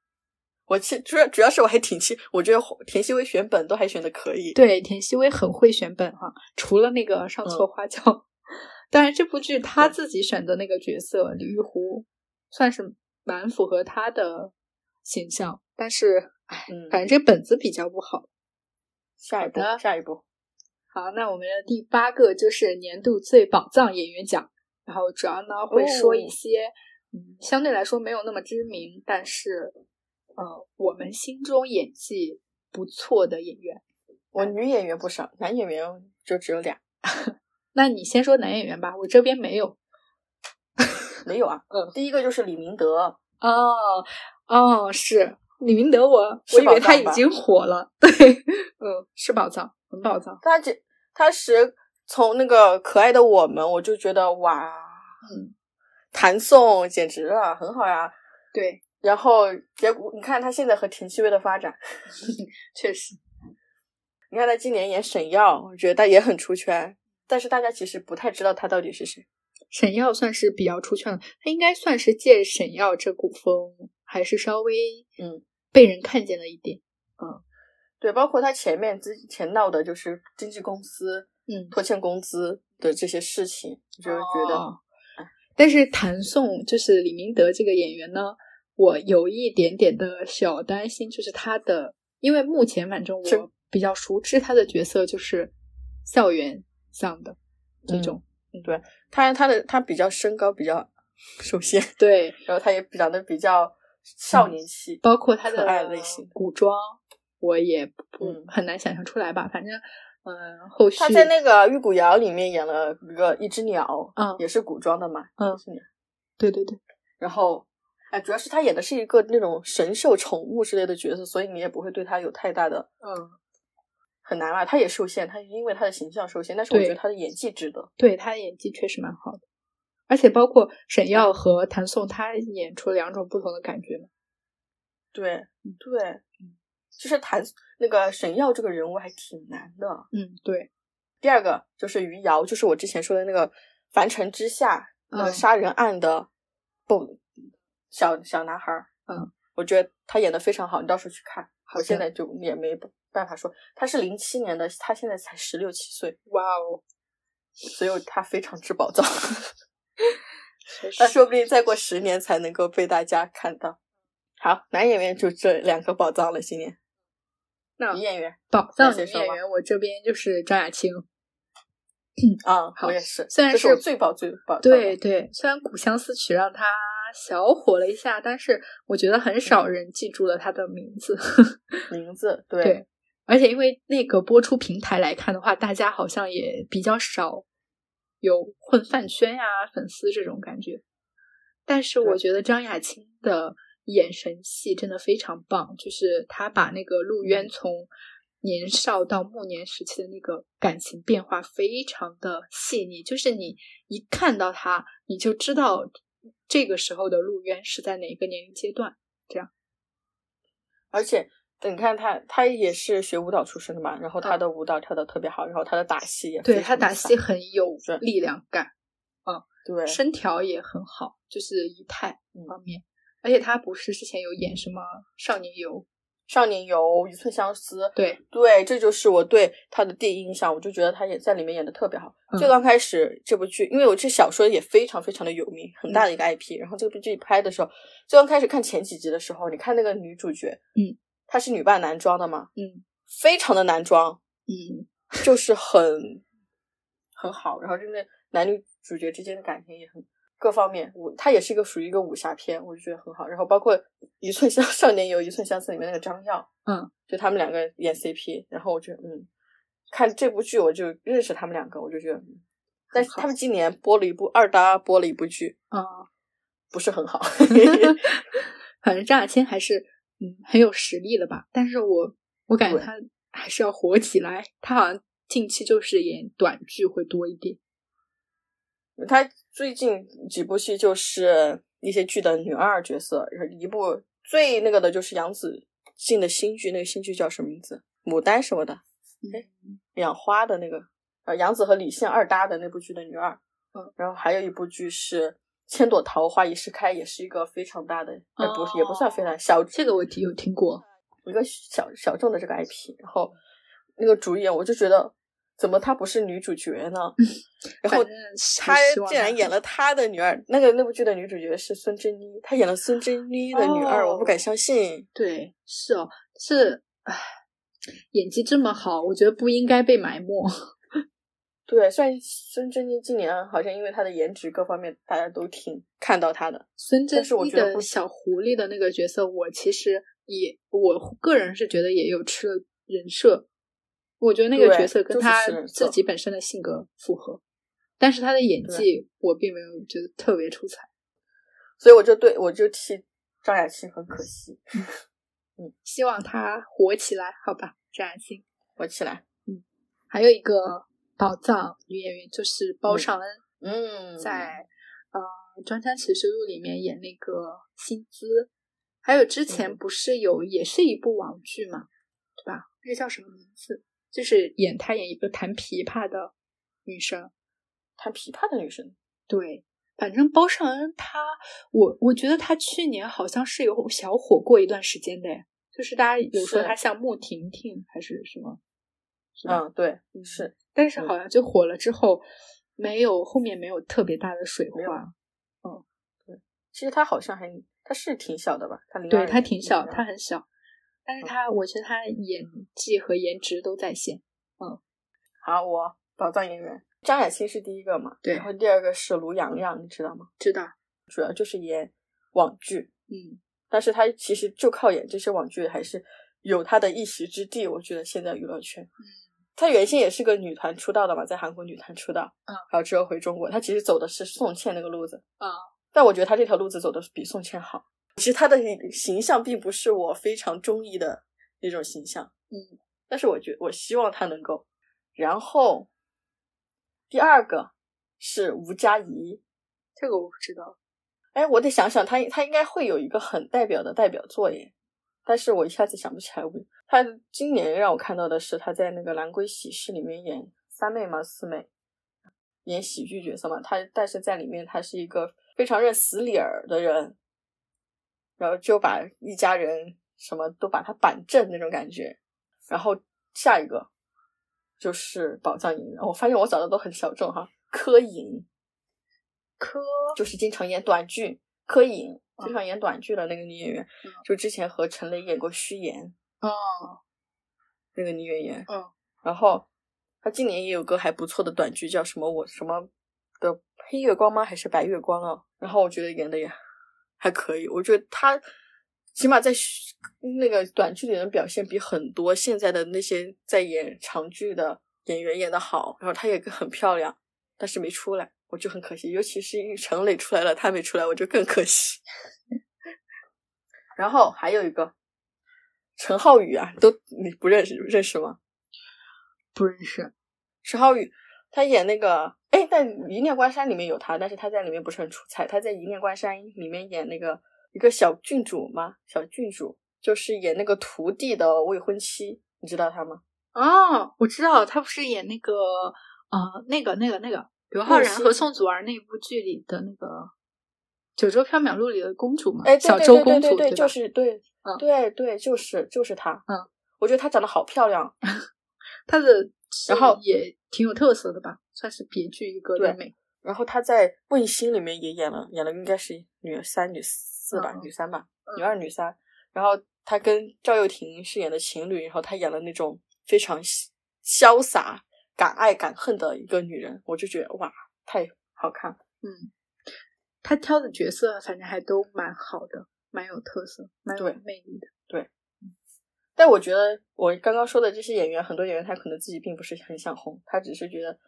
Speaker 2: 我期主要主要是我还挺期，我觉得田曦薇选本都还选的可以。
Speaker 1: 对，田曦薇很会选本哈、除了那个上错
Speaker 2: 嗯
Speaker 1: 花轿， [LAUGHS] 当然这部剧她自己选的那个角色李玉湖，算是蛮符合她的形象，但是唉，
Speaker 2: 嗯
Speaker 1: 反正这本子比较不好。
Speaker 2: 下一步
Speaker 1: 好的，
Speaker 2: 下一步，
Speaker 1: 好，那我们的第八个就是年度最宝藏演员奖，然后主要呢会说一
Speaker 2: 哦
Speaker 1: 些、嗯，相对来说没有那么知名，但是呃，我们心中演技不错的演员。哎
Speaker 2: 我女演员不少，男演员就只有俩，
Speaker 1: 那你先说男演员吧，我这边没有。
Speaker 2: 没有啊。
Speaker 1: 嗯，
Speaker 2: 第一个就是李明德，
Speaker 1: 哦哦，是李明德我，我
Speaker 2: 是
Speaker 1: 以为
Speaker 2: 宝
Speaker 1: 他
Speaker 2: 藏
Speaker 1: 已
Speaker 2: 吧
Speaker 1: 经火了。 [LAUGHS] 对，嗯，是宝藏，很宝藏。
Speaker 2: 他这他是从那个可爱的我们，我就觉得哇，
Speaker 1: 嗯，
Speaker 2: 谭颂简直了，很好呀、
Speaker 1: 对，
Speaker 2: 然后结果你看他现在和田曦薇的发展，
Speaker 1: 确实，
Speaker 2: 你看他今年演沈耀，我觉得他也很出圈，但是大家其实不太知道他到底是谁。
Speaker 1: 沈耀算是比较出圈了，他应该算是借沈耀这股风，还是稍微
Speaker 2: 嗯
Speaker 1: 被人看见了一点。
Speaker 2: 对，包括他前面之前闹的就是经纪公司
Speaker 1: 嗯，
Speaker 2: 拖欠工资的这些事情，我就是觉得、
Speaker 1: 哦但是谭颂就是李明德这个演员呢，我有一点点的小担心，就是他的，因为目前反正
Speaker 2: 是
Speaker 1: 我比较熟知他的角色就是校园向的
Speaker 2: 嗯
Speaker 1: 这种，
Speaker 2: 他他的他比较身高比较受限，
Speaker 1: 对，
Speaker 2: 然后他也长得比较
Speaker 1: 嗯
Speaker 2: 少年气，
Speaker 1: 包括他
Speaker 2: 可爱
Speaker 1: 的
Speaker 2: 类型
Speaker 1: 古装，我也不、
Speaker 2: 嗯
Speaker 1: 很难想象出来吧。反正，嗯，后续
Speaker 2: 他在那个《玉骨遥》里面演了一个一只鸟，
Speaker 1: 嗯
Speaker 2: 也是古装的嘛，
Speaker 1: 嗯
Speaker 2: 一只鸟。
Speaker 1: 对对对，
Speaker 2: 然后，哎，主要是他演的是一个那种神兽、宠物之类的角色，所以你也不会对他有太大的
Speaker 1: 嗯，
Speaker 2: 很难啊。他也受限，他因为他的形象受限，但是我
Speaker 1: 对
Speaker 2: 觉得他的演技值得。
Speaker 1: 对他演技确实蛮好的，而且包括沈耀和谭颂，他演出两种不同的感觉嘛。
Speaker 2: 对
Speaker 1: 嗯
Speaker 2: 对，就是谭那个沈耀这个人物还挺难的。
Speaker 1: 嗯，对，
Speaker 2: 第二个就是余姚，就是我之前说的那个《凡尘之下》那个
Speaker 1: 嗯
Speaker 2: 杀人案的不小小男孩儿。
Speaker 1: 嗯，
Speaker 2: 我觉得他演的非常好，你到时候去看。
Speaker 1: 好
Speaker 2: 我现
Speaker 1: 的
Speaker 2: 在就也没办法说，他是零七年的，他现在才十六七岁，
Speaker 1: 哇哦，
Speaker 2: 所以他非常之 [LAUGHS] 宝藏。
Speaker 1: 确实
Speaker 2: 那说不定再过十年才能够被大家看到。好，男演员就这两个宝藏了，今年
Speaker 1: 那
Speaker 2: 女演员
Speaker 1: 宝藏女
Speaker 2: 先说
Speaker 1: 演
Speaker 2: 吧
Speaker 1: 员，我这边就是张雅青。
Speaker 2: 啊，
Speaker 1: 好
Speaker 2: 我也是，
Speaker 1: 虽然
Speaker 2: 这
Speaker 1: 是
Speaker 2: 是我最宝最宝藏的
Speaker 1: 对对，虽然《古相思曲》让她小火了一下，但是我觉得很少人记住了她的名字。
Speaker 2: 名字，
Speaker 1: 对，而且因为那个播出平台来看的话，大家好像也比较少有混饭圈呀、粉丝这种感觉。但是我
Speaker 2: 对
Speaker 1: 觉得张雅琴的眼神戏真的非常棒，就是她把那个陆渊从年少到暮年时期的那个感情变化非常的细腻，就是你一看到他，你就知道这个时候的陆渊是在哪一个年龄阶段。
Speaker 2: 而且你看他，他也是学舞蹈出身的嘛，然后他的舞蹈跳的特别好，然后他的打戏也
Speaker 1: 对
Speaker 2: 非常
Speaker 1: 他打
Speaker 2: 飒
Speaker 1: 戏很有
Speaker 2: 是
Speaker 1: 力量感。
Speaker 2: 对
Speaker 1: 身条也很好，就是仪态
Speaker 2: 嗯
Speaker 1: 方面。而且他不是之前有演什么《少年游》
Speaker 2: 少年游》《一寸相思》，
Speaker 1: 对
Speaker 2: 对，这就是我对他的第一印象，我就觉得他演在里面演的特别好。
Speaker 1: 嗯
Speaker 2: 最刚开始这部剧，因为我这小说也非常非常的有名，很
Speaker 1: 嗯
Speaker 2: 大的一个 IP、然后这部剧拍的时候，最刚开始看前几集的时候，你看那个女主角，
Speaker 1: 嗯，
Speaker 2: 她是女扮男装的嘛，
Speaker 1: 嗯
Speaker 2: 非常的男装，
Speaker 1: 嗯
Speaker 2: 就是很
Speaker 4: 很好。然后真的
Speaker 2: 男女主角之间的感情也很各方面，我它也是一个属于一个武侠片，我就觉得很好。然后包括《一寸相少年游》《一寸相思》里面那个张耀，
Speaker 1: 嗯，
Speaker 2: 就他们两个演 CP，然后我就嗯，看这部剧我就认识他们两个，我就觉得，嗯但是
Speaker 1: 很好
Speaker 2: 他们今年播了一部二搭播了一部剧，
Speaker 1: 啊，
Speaker 2: 不是
Speaker 1: [LAUGHS]
Speaker 2: 很好。
Speaker 1: [LAUGHS] 反正张雅千还是嗯很有实力的吧，但是我我感觉
Speaker 2: 对
Speaker 1: 她还是要火起来，她好像近期就是演短剧会多一点。
Speaker 2: 他最近几部戏就是一些剧的女二角色，然后一部最那个的就是杨紫进的新剧，那个新剧叫什么名字？牡丹什么的。
Speaker 1: 嗯
Speaker 2: 哎养花的那个，呃，杨紫和李现二搭的那部剧的女二，
Speaker 1: 嗯，
Speaker 2: 然后还有一部剧是《千朵桃花一世开》，也是一个非常大的，呃，不是，也不算非常小，
Speaker 1: 哦这个我听有听
Speaker 2: 嗯
Speaker 1: 过，
Speaker 2: 一个小小众的这个 IP，然后那个主演我就觉得，怎么她不是女主角
Speaker 1: [LAUGHS]
Speaker 2: 呢？然后
Speaker 1: 反正
Speaker 2: 她
Speaker 1: 还希望
Speaker 2: 竟然
Speaker 1: [LAUGHS]
Speaker 2: 演了她的女二，那个那部剧的女主角是孙珍妮，她演了孙珍妮的女二，
Speaker 1: 哦
Speaker 2: 我不敢相信。
Speaker 1: 对，是哦，是，唉，演技这么好，我觉得不应该被埋没。
Speaker 2: 对，虽然孙珍妮今年好像因为她的颜值各方面，大家都挺看到她的，
Speaker 1: 孙珍
Speaker 2: 但是我
Speaker 1: 妮
Speaker 2: 觉得
Speaker 1: 的
Speaker 2: 不
Speaker 1: 小狐狸的那个角色，我其实也我个人是觉得也有吃了人设。我觉得那个
Speaker 2: 对
Speaker 1: 角色跟
Speaker 2: 就是
Speaker 1: 他
Speaker 2: 吃人设
Speaker 1: 自己本身的性格符合，但是他的演技我并没有觉得特别出彩。
Speaker 2: 所以我就对我就替张雅琴很可惜。
Speaker 1: 希望他火起来，好吧，展欣。
Speaker 2: 我起来，
Speaker 1: 还有一个宝藏女演员就是包
Speaker 2: 嗯
Speaker 1: 尚恩，
Speaker 2: 嗯
Speaker 1: 在呃《专山启示录》里面演那个薪资，还有之前
Speaker 2: 嗯
Speaker 1: 不是有、也是一部网剧嘛，对吧？那个叫什么名字？就是演她演一个弹琵琶的女生。
Speaker 2: 弹琵琶的女生，
Speaker 1: 对，反正包尚恩她，我我觉得她去年好像是有小火过一段时间的，就是大家有说
Speaker 2: 是
Speaker 1: 她像穆婷婷还是什么，是吧？
Speaker 2: 嗯，对，是
Speaker 1: 但是
Speaker 2: 嗯
Speaker 1: 好像就火了之后，没有后面没有特别大的水
Speaker 2: 没有
Speaker 1: 花。
Speaker 2: 其实她好像还她是挺小的吧？她零
Speaker 1: 对他挺小，他
Speaker 2: 她
Speaker 1: 很小，但是他我觉得他演技和颜值都在线。
Speaker 2: 好，我宝藏演员张雅琴是第一个嘛，
Speaker 1: 对
Speaker 2: 然后第二个是卢洋洋，你知道吗？
Speaker 1: 知道，
Speaker 2: 主要就是演网剧，
Speaker 1: 嗯，
Speaker 2: 但是她其实就靠演这些网剧还是有她的一席之地，我觉得现在娱乐圈。
Speaker 1: 嗯
Speaker 2: 她原先也是个女团出道的嘛，在韩国女团出道，
Speaker 1: 嗯，
Speaker 2: 然后之后回中国，她其实走的是宋茜那个路子，
Speaker 1: 嗯，
Speaker 2: 但我觉得她这条路子走的比宋茜好。其实她的形象并不是我非常中意的那种形象，
Speaker 1: 嗯，
Speaker 2: 但是我觉我希望她能够。然后第二个是吴佳怡，
Speaker 1: 这个我不知道。
Speaker 2: 哎，我得想想，他他应该会有一个很代表的代表作耶，但是我一下子想不起来。我他今年让我看到的是他在那个《兰桂喜事》里面演三妹嘛，四妹，演喜剧角色嘛。他但是在里面他是一个非常认死理儿的人，然后就把一家人什么都把他板正那种感觉。然后下一个就是宝藏演员，我发现我找的都很小众哈，柯颖。
Speaker 1: 科
Speaker 2: 就是经常演短剧，柯颖
Speaker 1: 嗯
Speaker 2: 经常演短剧的那个女演员，
Speaker 1: 嗯
Speaker 2: 就之前和陈雷演过《虚言》
Speaker 1: 哦，
Speaker 2: 那个女演员，
Speaker 1: 嗯，
Speaker 2: 然后她今年也有个还不错的短剧，叫什么我什么的黑月光吗？还是白月光啊？然后我觉得演的也还可以，我觉得她起码在虚那个短剧里的表现比很多现在的那些在演长剧的演员演的好，然后她也很漂亮，但是没出来，我就很可惜。尤其是陈磊出来了，她没出来，我就更可惜。 [LAUGHS] 然后还有一个陈浩宇啊，都你不认识认识吗？
Speaker 1: 不认识。
Speaker 2: 陈浩宇，他演那个，哎，但《一念关山》里面有他，但是他在里面不是很出彩。他在《一念关山》里面演那个一个小郡主嘛，小郡主就是演那个徒弟的未婚妻，你知道他吗？
Speaker 1: 哦，我知道，他不是演那个呃那个那个那个刘昊然
Speaker 2: 木
Speaker 1: 和
Speaker 2: 心
Speaker 1: 宋祖儿那部剧里的那个九州缥缈录》里的公主嘛，
Speaker 2: 哎，对
Speaker 1: 小
Speaker 2: 对
Speaker 1: 周
Speaker 2: 对
Speaker 1: 公
Speaker 2: 对
Speaker 1: 主
Speaker 2: 对对，就
Speaker 1: 吧？
Speaker 2: 是对
Speaker 1: 嗯，
Speaker 2: 对对，就是就是她。
Speaker 1: 嗯，
Speaker 2: 我觉得她长得好漂亮。
Speaker 1: 她的
Speaker 2: 然后
Speaker 1: 也挺有特色的吧，算是别具一格的
Speaker 2: 对
Speaker 1: 美。
Speaker 2: 然后她在《卫星》里面也演了，演了应该是女三、女四吧，
Speaker 1: 嗯
Speaker 2: 女三吧，
Speaker 1: 嗯
Speaker 2: 女二、女三。然后她跟赵又廷饰演的情侣，然后她演了那种非常潇潇洒、敢爱敢恨的一个女人，我就觉得哇，太好看了。
Speaker 1: 嗯，她挑的角色反正还都蛮好的，蛮有特色，蛮有
Speaker 2: 对
Speaker 1: 魅力的。
Speaker 2: 但我觉得我刚刚说的这些演员，很多演员他可能自己并不是很想红，他只是觉
Speaker 1: [LAUGHS]
Speaker 2: 得，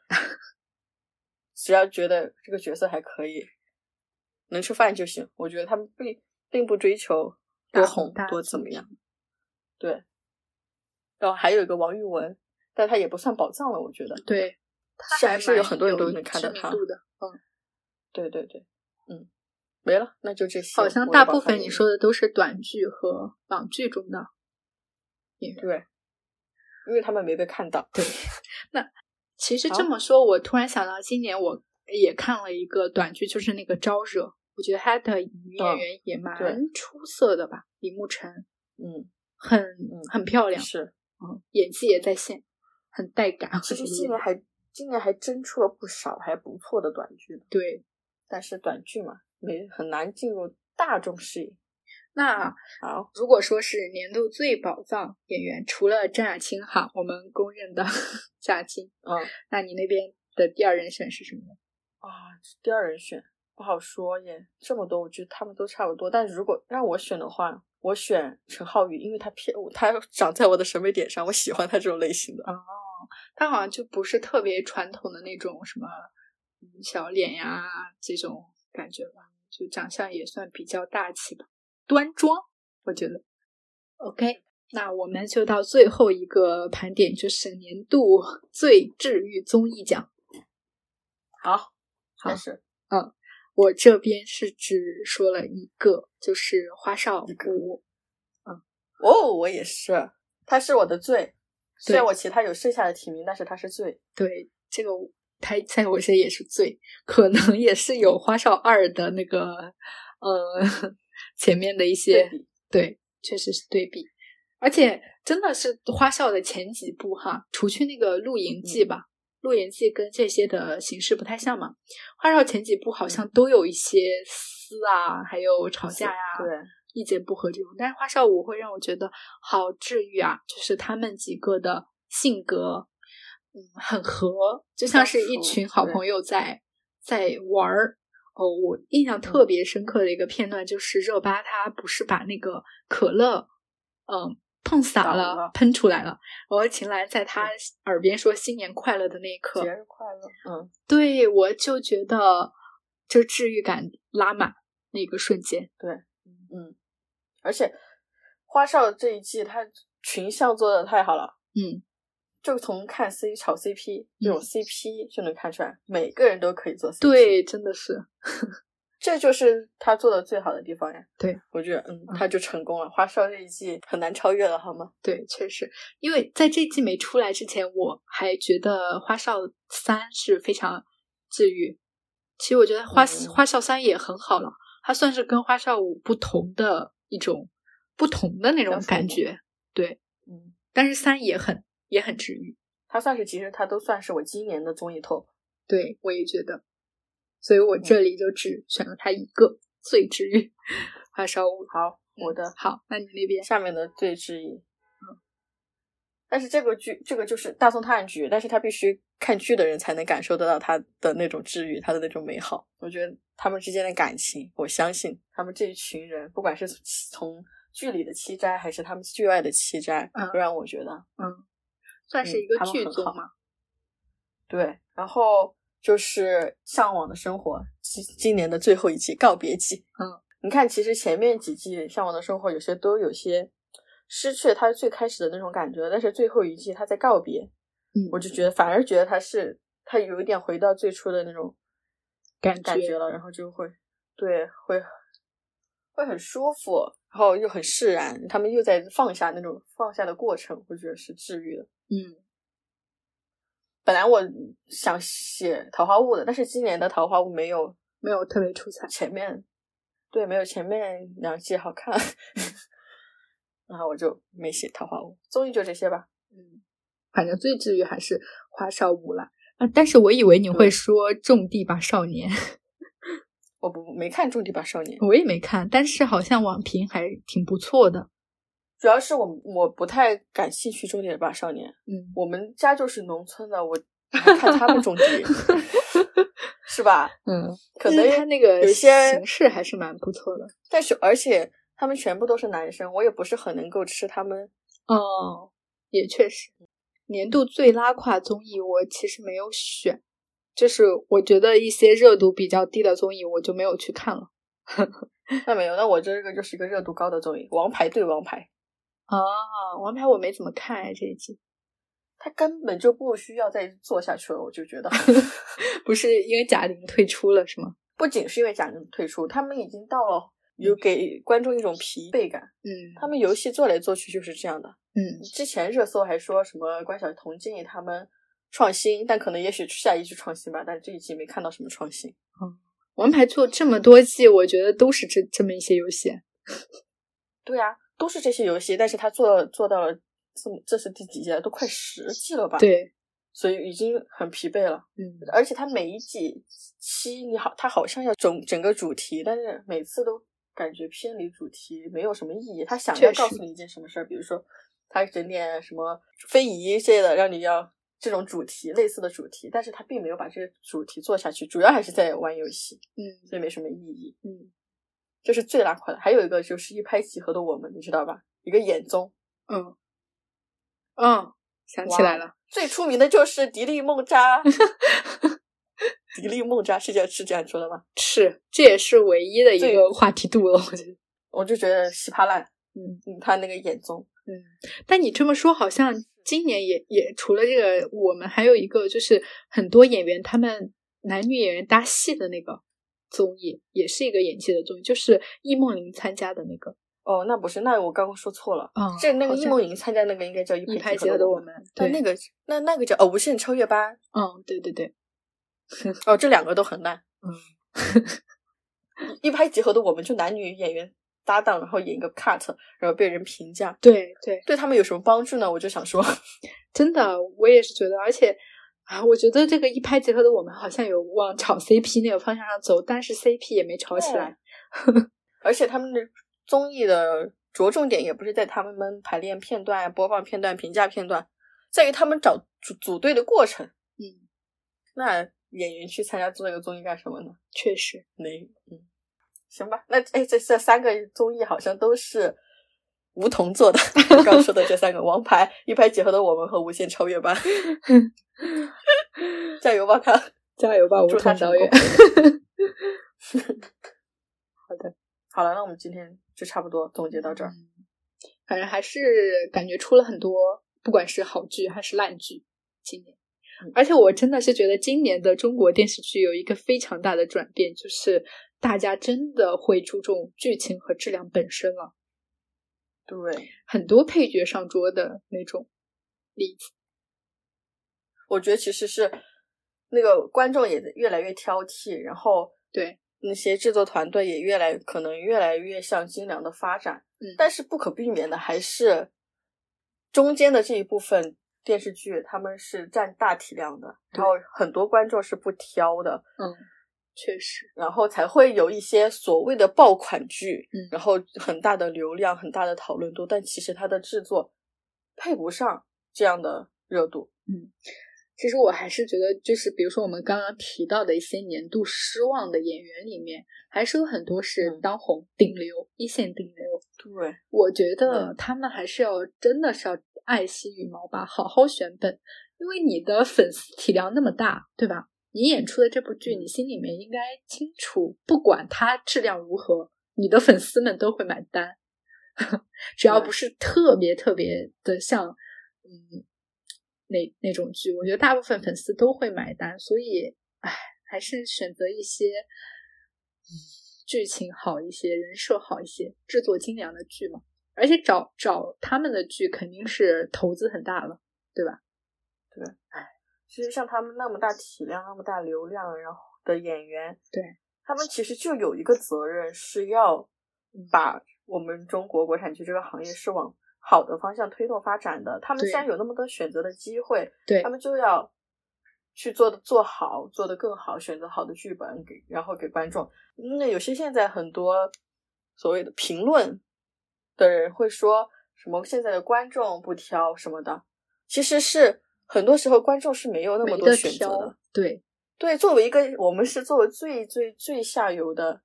Speaker 2: 只要觉得这个角色还可以，能吃饭就行。我觉得他们并并不追求多
Speaker 1: 大红
Speaker 2: 红
Speaker 1: 大
Speaker 2: 多
Speaker 1: 紫
Speaker 2: 怎么样。对，然后还有一个王玉文，但他也不算宝藏了，我觉得。
Speaker 1: 对，她
Speaker 2: 是
Speaker 1: 还
Speaker 2: 是有
Speaker 1: 蛮
Speaker 2: 很多人都
Speaker 1: 有
Speaker 2: 能看
Speaker 1: 知
Speaker 2: 到
Speaker 1: 名
Speaker 2: 她
Speaker 1: 度的。嗯
Speaker 2: 对对对，嗯，没了，那就这些。
Speaker 1: 好像
Speaker 2: 我的
Speaker 1: 大
Speaker 2: 宝
Speaker 1: 部
Speaker 2: 藏
Speaker 1: 分
Speaker 2: 演
Speaker 1: 你
Speaker 2: 员
Speaker 1: 说的都是短剧和网剧中的演员。
Speaker 2: 对，因为他们没被看到。对，
Speaker 1: 其实这
Speaker 2: 好
Speaker 1: 么说，我突然想到，今年我也看了一个短剧，就是那个《招惹》，我觉得她的女演
Speaker 2: 嗯
Speaker 1: 员也蛮
Speaker 2: 对
Speaker 1: 出色的吧，李沐晨
Speaker 2: 嗯，
Speaker 1: 很很漂亮，
Speaker 2: 是。
Speaker 1: 嗯，演技也在线，很带感。
Speaker 2: 其
Speaker 1: [LAUGHS]
Speaker 2: 实今年还今年还真出了不少还不错的短剧呢。
Speaker 1: 对，
Speaker 2: 但是短剧嘛，没很难进入大众视野。
Speaker 1: 那
Speaker 2: 好，
Speaker 1: 如果说是年度最宝藏演员，除了郑雅青哈，我们公认的 [LAUGHS] 郑雅青，
Speaker 2: 嗯
Speaker 1: 那你那边的第二人选是什么呢？
Speaker 2: 啊，第二人选不好说耶，这么多，我觉得他们都差不多。但如果让我选的话，我选陈浩宇，因为他偏他 [LAUGHS] 长在我的审美点上，我喜欢他这种类型的。
Speaker 1: 他好像就不是特别传统的那种什么嗯小脸呀这种感觉吧，就长相也算比较大气吧，端庄，我觉得。OK，那我们就到最后一个盘点，就是年度 [LAUGHS] 最治愈综艺奖。
Speaker 2: 好，
Speaker 1: 好
Speaker 2: 但是
Speaker 1: 我这边是只说了一个，就是花少武。
Speaker 2: 哦，我也是，他是我的最。虽然
Speaker 1: 对
Speaker 2: 我其他有剩下的提名，但是他是最。
Speaker 1: 对，这个他在我这也是最，可能也是有花少二的那个呃 [LAUGHS] 前面的一些
Speaker 2: 对比
Speaker 1: 对，确实是对比，而且真的是花少的前几部哈，除去那个《露营记》吧，露营记》跟这些的形式不太像嘛。花少前几部好像都有一些撕啊，还有吵架呀、
Speaker 2: 对，
Speaker 1: 意见不合这种，但是花少五会让我觉得好治愈啊，就是他们几个的性格，嗯，很合，就像是一
Speaker 2: 相处
Speaker 1: 群好
Speaker 2: 对
Speaker 1: 朋友在在玩儿。哦，我印象
Speaker 2: 嗯
Speaker 1: 特别深刻的一个片段就是热巴她不是把那个可乐，嗯，碰洒
Speaker 2: 洒
Speaker 1: 了，
Speaker 2: 了
Speaker 1: 喷出来了，然后秦岚在她耳边说“新年快乐”的那一刻，
Speaker 2: 节日快乐。嗯，
Speaker 1: 对我就觉得这治愈感拉满那个瞬间。
Speaker 2: 嗯，而且花少这一季他群像做的太好了，
Speaker 1: 嗯，
Speaker 2: 就从看 C 炒 CP 这种
Speaker 1: 嗯
Speaker 2: CP 就能看出来，每个人都可以做 CP，，
Speaker 1: 对，真的是。
Speaker 2: 这就是他做的最好的地方呀。
Speaker 1: 对，
Speaker 2: 我觉得嗯
Speaker 1: 嗯，
Speaker 2: 他就成功了，花少这一季很难超越了，好吗？
Speaker 1: 对，确实，因为在这季没出来之前，我还觉得《花少三》是非常治愈。其实我觉得花《
Speaker 2: 嗯
Speaker 1: 花少三》也很好了，它算是跟《花少五》不同的一种不同的那种
Speaker 2: 相处
Speaker 1: 感
Speaker 2: 嘛
Speaker 1: 觉。对，
Speaker 2: 嗯，
Speaker 1: 但是三也很也很治愈。
Speaker 2: 他算是其实他都算是我今年的综艺 top。
Speaker 1: 对，我也觉得，所以我这
Speaker 2: 嗯
Speaker 1: 里就只选了它一个最治愈，《花少五》。嗯
Speaker 2: 好，我的嗯
Speaker 1: 好，那你那边
Speaker 2: 下面的最质疑。但是这个剧，这个就是大宋探案剧，但是他必须看剧的人才能感受得到他的那种治愈，他的那种美好。我觉得他们之间的感情，我相信他们这一群人，不管是从剧里的七斋，还是他们剧外的七斋，
Speaker 1: 嗯
Speaker 2: 都让我觉得
Speaker 1: 算是
Speaker 2: 嗯
Speaker 1: 一个
Speaker 2: 他们
Speaker 1: 剧
Speaker 2: 很
Speaker 1: 综
Speaker 2: 好
Speaker 1: 嘛？
Speaker 2: 对。然后就是《向往的生活》，今今年的最后一季告别季。
Speaker 1: 嗯，
Speaker 2: 你看，其实前面几季《向往的生活》有些都有些失去了它最开始的那种感觉，但是最后一季它在告别，
Speaker 1: 嗯
Speaker 2: 我就觉得反而觉得它是它有一点回到最初的那种
Speaker 1: 感觉
Speaker 2: 感觉了，然后就会对会会很舒服，然后又很释然，他们又在放下那种放下的过程，我觉得是治愈的。
Speaker 1: 嗯
Speaker 2: 本来我想写《桃花坞》的，但是今年的《桃花坞》没有
Speaker 1: 没有特别出彩。
Speaker 2: 前面对，没有前面两季好看。 [LAUGHS] 然后我就没写《桃花坞》，综艺就这些吧。
Speaker 1: 嗯，反正最治愈还是《花少五》了。啊，但是我以为你会说《种地吧少年》， [LAUGHS]
Speaker 2: 我不没看《种地吧少年》，
Speaker 1: 我也没看，但是好像网评还挺不错的。
Speaker 2: 主要是我我不太感兴趣《种地吧少年》。
Speaker 1: 嗯，
Speaker 2: 我们家就是农村的，我看他们种 [LAUGHS] 地，是吧？
Speaker 1: 嗯，
Speaker 2: 可能
Speaker 1: 他那个
Speaker 2: 有一些
Speaker 1: 形式还是蛮不错的。
Speaker 2: 但是而且他们全部都是男生，我也不是很能够吃他们。
Speaker 1: 哦，也确实，年度最拉胯综艺我其实没有选，就是我觉得一些热度比较低的综艺我就没有去看了。
Speaker 2: 那没有，那我这个就是一个热度高的综艺，《王牌对王牌》，
Speaker 1: 啊，王牌我没怎么看哎，这一季 [LAUGHS]
Speaker 2: 它根本就不需要再做下去了，我就觉 [LAUGHS] 得。
Speaker 1: 不是因为贾玲退出了是吗？
Speaker 2: 不仅是因为贾玲退出，他们已经到了有给观众一种疲惫感。
Speaker 1: 嗯
Speaker 2: 他们游戏做来做去就是这样的。
Speaker 1: 嗯，
Speaker 2: 之前热搜还说什么关晓彤建议他们创新，但可能也许下一季创新吧，但是这一季没看到什么创新。
Speaker 1: 王牌做这么多季，我觉得都是这这么一些游戏。
Speaker 2: 对啊，都是这些游戏，但是他做做到了这么这是第几季了？都快十季了吧？，
Speaker 1: 对，
Speaker 2: 所以已经很疲惫了。
Speaker 1: 嗯
Speaker 2: 而且它每一季期你好，它好像要整整个主题，但是每次都感觉偏离主题，没有什么意义。他想要
Speaker 1: 确实
Speaker 2: 告诉你一件什么事儿，比如说他整点什么非遗之类的，让你要这种主题类似的主题，但是他并没有把这个主题做下去，主要还是在玩游戏，
Speaker 1: 嗯
Speaker 2: 所以没什么意义。
Speaker 1: 嗯
Speaker 2: 这是最拉胯的。还有一个就是一拍即合的我们，你知道吧？一个眼综。
Speaker 1: 嗯嗯，想起来了，
Speaker 2: 最出名的就是迪丽
Speaker 1: [LAUGHS]
Speaker 2: 梦扎，迪丽梦扎是这样是这样说的吗？
Speaker 1: 是，这也是唯一的一
Speaker 2: 最
Speaker 1: 个话题度了，我觉得。
Speaker 2: 我就觉得稀巴烂，
Speaker 1: 嗯，
Speaker 2: 嗯，他那个眼综，
Speaker 1: 嗯，但你这么说，好像今年也也除了这个，我们还有一个就是很多演员他们男女演员搭戏的那个综艺，也是一个演技的综艺，就是易梦玲参加的那个
Speaker 2: 哦，那不是，那我刚刚说错了，
Speaker 1: 啊
Speaker 2: 哦这那个易梦莹参加那个应该叫一
Speaker 1: 一拍
Speaker 2: 拍
Speaker 1: 即合
Speaker 2: 合
Speaker 1: 的我
Speaker 2: 我，
Speaker 1: 们，
Speaker 2: 那
Speaker 1: 对，
Speaker 2: 那个那那个叫哦无限超越班，
Speaker 1: 嗯，对对对，
Speaker 2: 哦这两个都很烂，
Speaker 1: 嗯，
Speaker 2: 一拍即合的我们就男女演员搭档，然后演一个 cut，然后被人评价，
Speaker 1: 对对，
Speaker 2: 对他们有什么帮助呢？我就想说，
Speaker 1: 真的，我也是觉得，而且啊，我觉得这个一拍即合的我们好像有往炒 CP 那个方向上走，但是 CP 也没炒起
Speaker 2: 对
Speaker 1: 来，
Speaker 2: 而且他们的综艺的着重点也不是在他们排练片段、啊播放片段、评价片段，在于他们找组组队的过程。
Speaker 1: 嗯，
Speaker 2: 那演员去参加做这个综艺干什么呢？
Speaker 1: 确实，
Speaker 2: 没，嗯，行吧。那哎，这这三个综艺好像都是吴彤做的，我刚说的这三个《王牌》《一拍即合的我们》和《无限超越班》，加油吧，他！
Speaker 1: 加油吧，吴
Speaker 2: 祝他
Speaker 1: 彤
Speaker 2: 成
Speaker 1: 导演，
Speaker 2: 功。好了，那我们今天就差不多总结到这儿。
Speaker 1: 嗯反正还是感觉出了很多，不管是好剧还是烂剧，今年
Speaker 2: 嗯。
Speaker 1: 而且我真的是觉得今年的中国电视剧有一个非常大的转变，就是大家真的会注重剧情和质量本身了，
Speaker 2: 对，
Speaker 1: 很多配角上桌的那种例子。
Speaker 2: 我觉得其实是那个观众也越来越挑剔，然后
Speaker 1: 对，
Speaker 2: 那些制作团队也越来可能越来越向精良的发展。
Speaker 1: 嗯，
Speaker 2: 但是不可避免的还是中间的这一部分电视剧，他们是占大体量的，
Speaker 1: 对
Speaker 2: 然后很多观众是不挑的，
Speaker 1: 嗯，确实，
Speaker 2: 然后才会有一些所谓的爆款剧，
Speaker 1: 嗯
Speaker 2: 然后很大的流量、很大的讨论度，但其实它的制作配不上这样的热度。
Speaker 1: 其实我还是觉得，就是比如说我们刚刚提到的一些年度失望的演员里面，还是有很多是
Speaker 2: 嗯
Speaker 1: 当红顶流、一线顶流。
Speaker 2: 对，
Speaker 1: 我觉得他们还是要真的是要爱惜羽毛吧，好好选本，因为你的粉丝体量那么大，对吧？你演出的这部剧，
Speaker 2: 嗯
Speaker 1: 你心里面应该清楚，不管它质量如何，你的粉丝们都会买单， [LAUGHS] 只要
Speaker 2: 对
Speaker 1: 不是特别特别的像，嗯，那那种剧，我觉得大部分粉丝都会买单，所以，唉，还是选择一些嗯剧情好一些、人设好一些、制作精良的剧嘛。而且找找他们的剧肯定是投资很大了，对吧？
Speaker 2: 其实像他们那么大体量、那么大流量，然后的演员，
Speaker 1: 对，
Speaker 2: 他们其实就有一个责任是要把我们中国国产剧这个行业是往好的方向推动发展的。他们
Speaker 1: 对
Speaker 2: 既然有那么多选择的机会，
Speaker 1: 对
Speaker 2: 他们就要去做的做好，做得更好，选择好的剧本给，然后给观众。那有些现在很多所谓的评论的人会说什么现在的观众不挑什么的，其实是很多时候观众是没有那么
Speaker 1: 没
Speaker 2: 多
Speaker 1: 得
Speaker 2: 选择的
Speaker 1: 挑。，对
Speaker 2: 对，作为一个我们是作为最最最下游的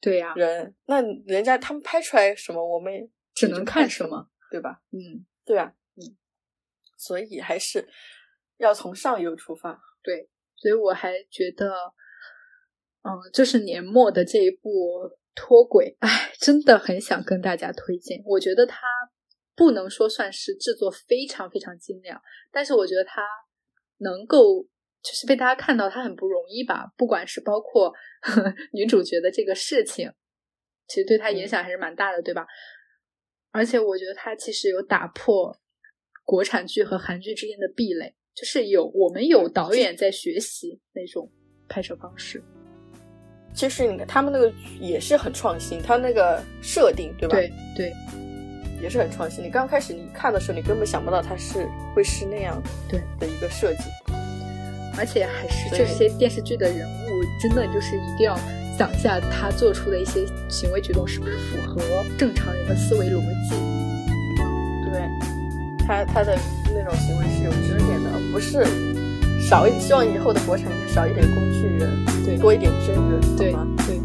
Speaker 1: 对呀、
Speaker 2: 人，那人家他们拍出来什么，我们也
Speaker 1: 只
Speaker 2: 也就
Speaker 1: 能
Speaker 2: 看
Speaker 1: 看什么，
Speaker 2: 对吧？
Speaker 1: 嗯，
Speaker 2: 对啊，嗯，所以还是要从上游出发。
Speaker 1: 所以我还觉得，嗯，就是年末的这一部《脱轨》， [LAUGHS] 哎，真的很想跟大家推荐。我觉得它不能说算是制作非常非常精良，但是我觉得它能够。就是被大家看到，它很不容易吧？不管是包括 [LAUGHS] 呵呵女主角的这个事情，其实对她影响还是蛮大的，对吧？而且我觉得它其实有打破国产剧和韩剧之间的壁垒，就是有我们有导演在学习那种拍摄方式。
Speaker 2: 其实你看他们那个也是很创新，他那个设定对吧？
Speaker 1: 对对
Speaker 2: 也是很创新。你刚开始你看的时候，你根本想不到它是会是那样
Speaker 1: 对
Speaker 2: 的一个设计。
Speaker 1: 而且还是
Speaker 2: 对
Speaker 1: 这些电视剧的人物，真的就是一定要想一下他做出的一些行为举动是不是符合正常人的思维逻辑。
Speaker 2: 对，他他的那种行为是有支点的，而不是少一。希望以后的国产剧少一点工具人，
Speaker 1: 对
Speaker 2: 多一点真人，
Speaker 1: 对
Speaker 2: 好吗？
Speaker 1: 对，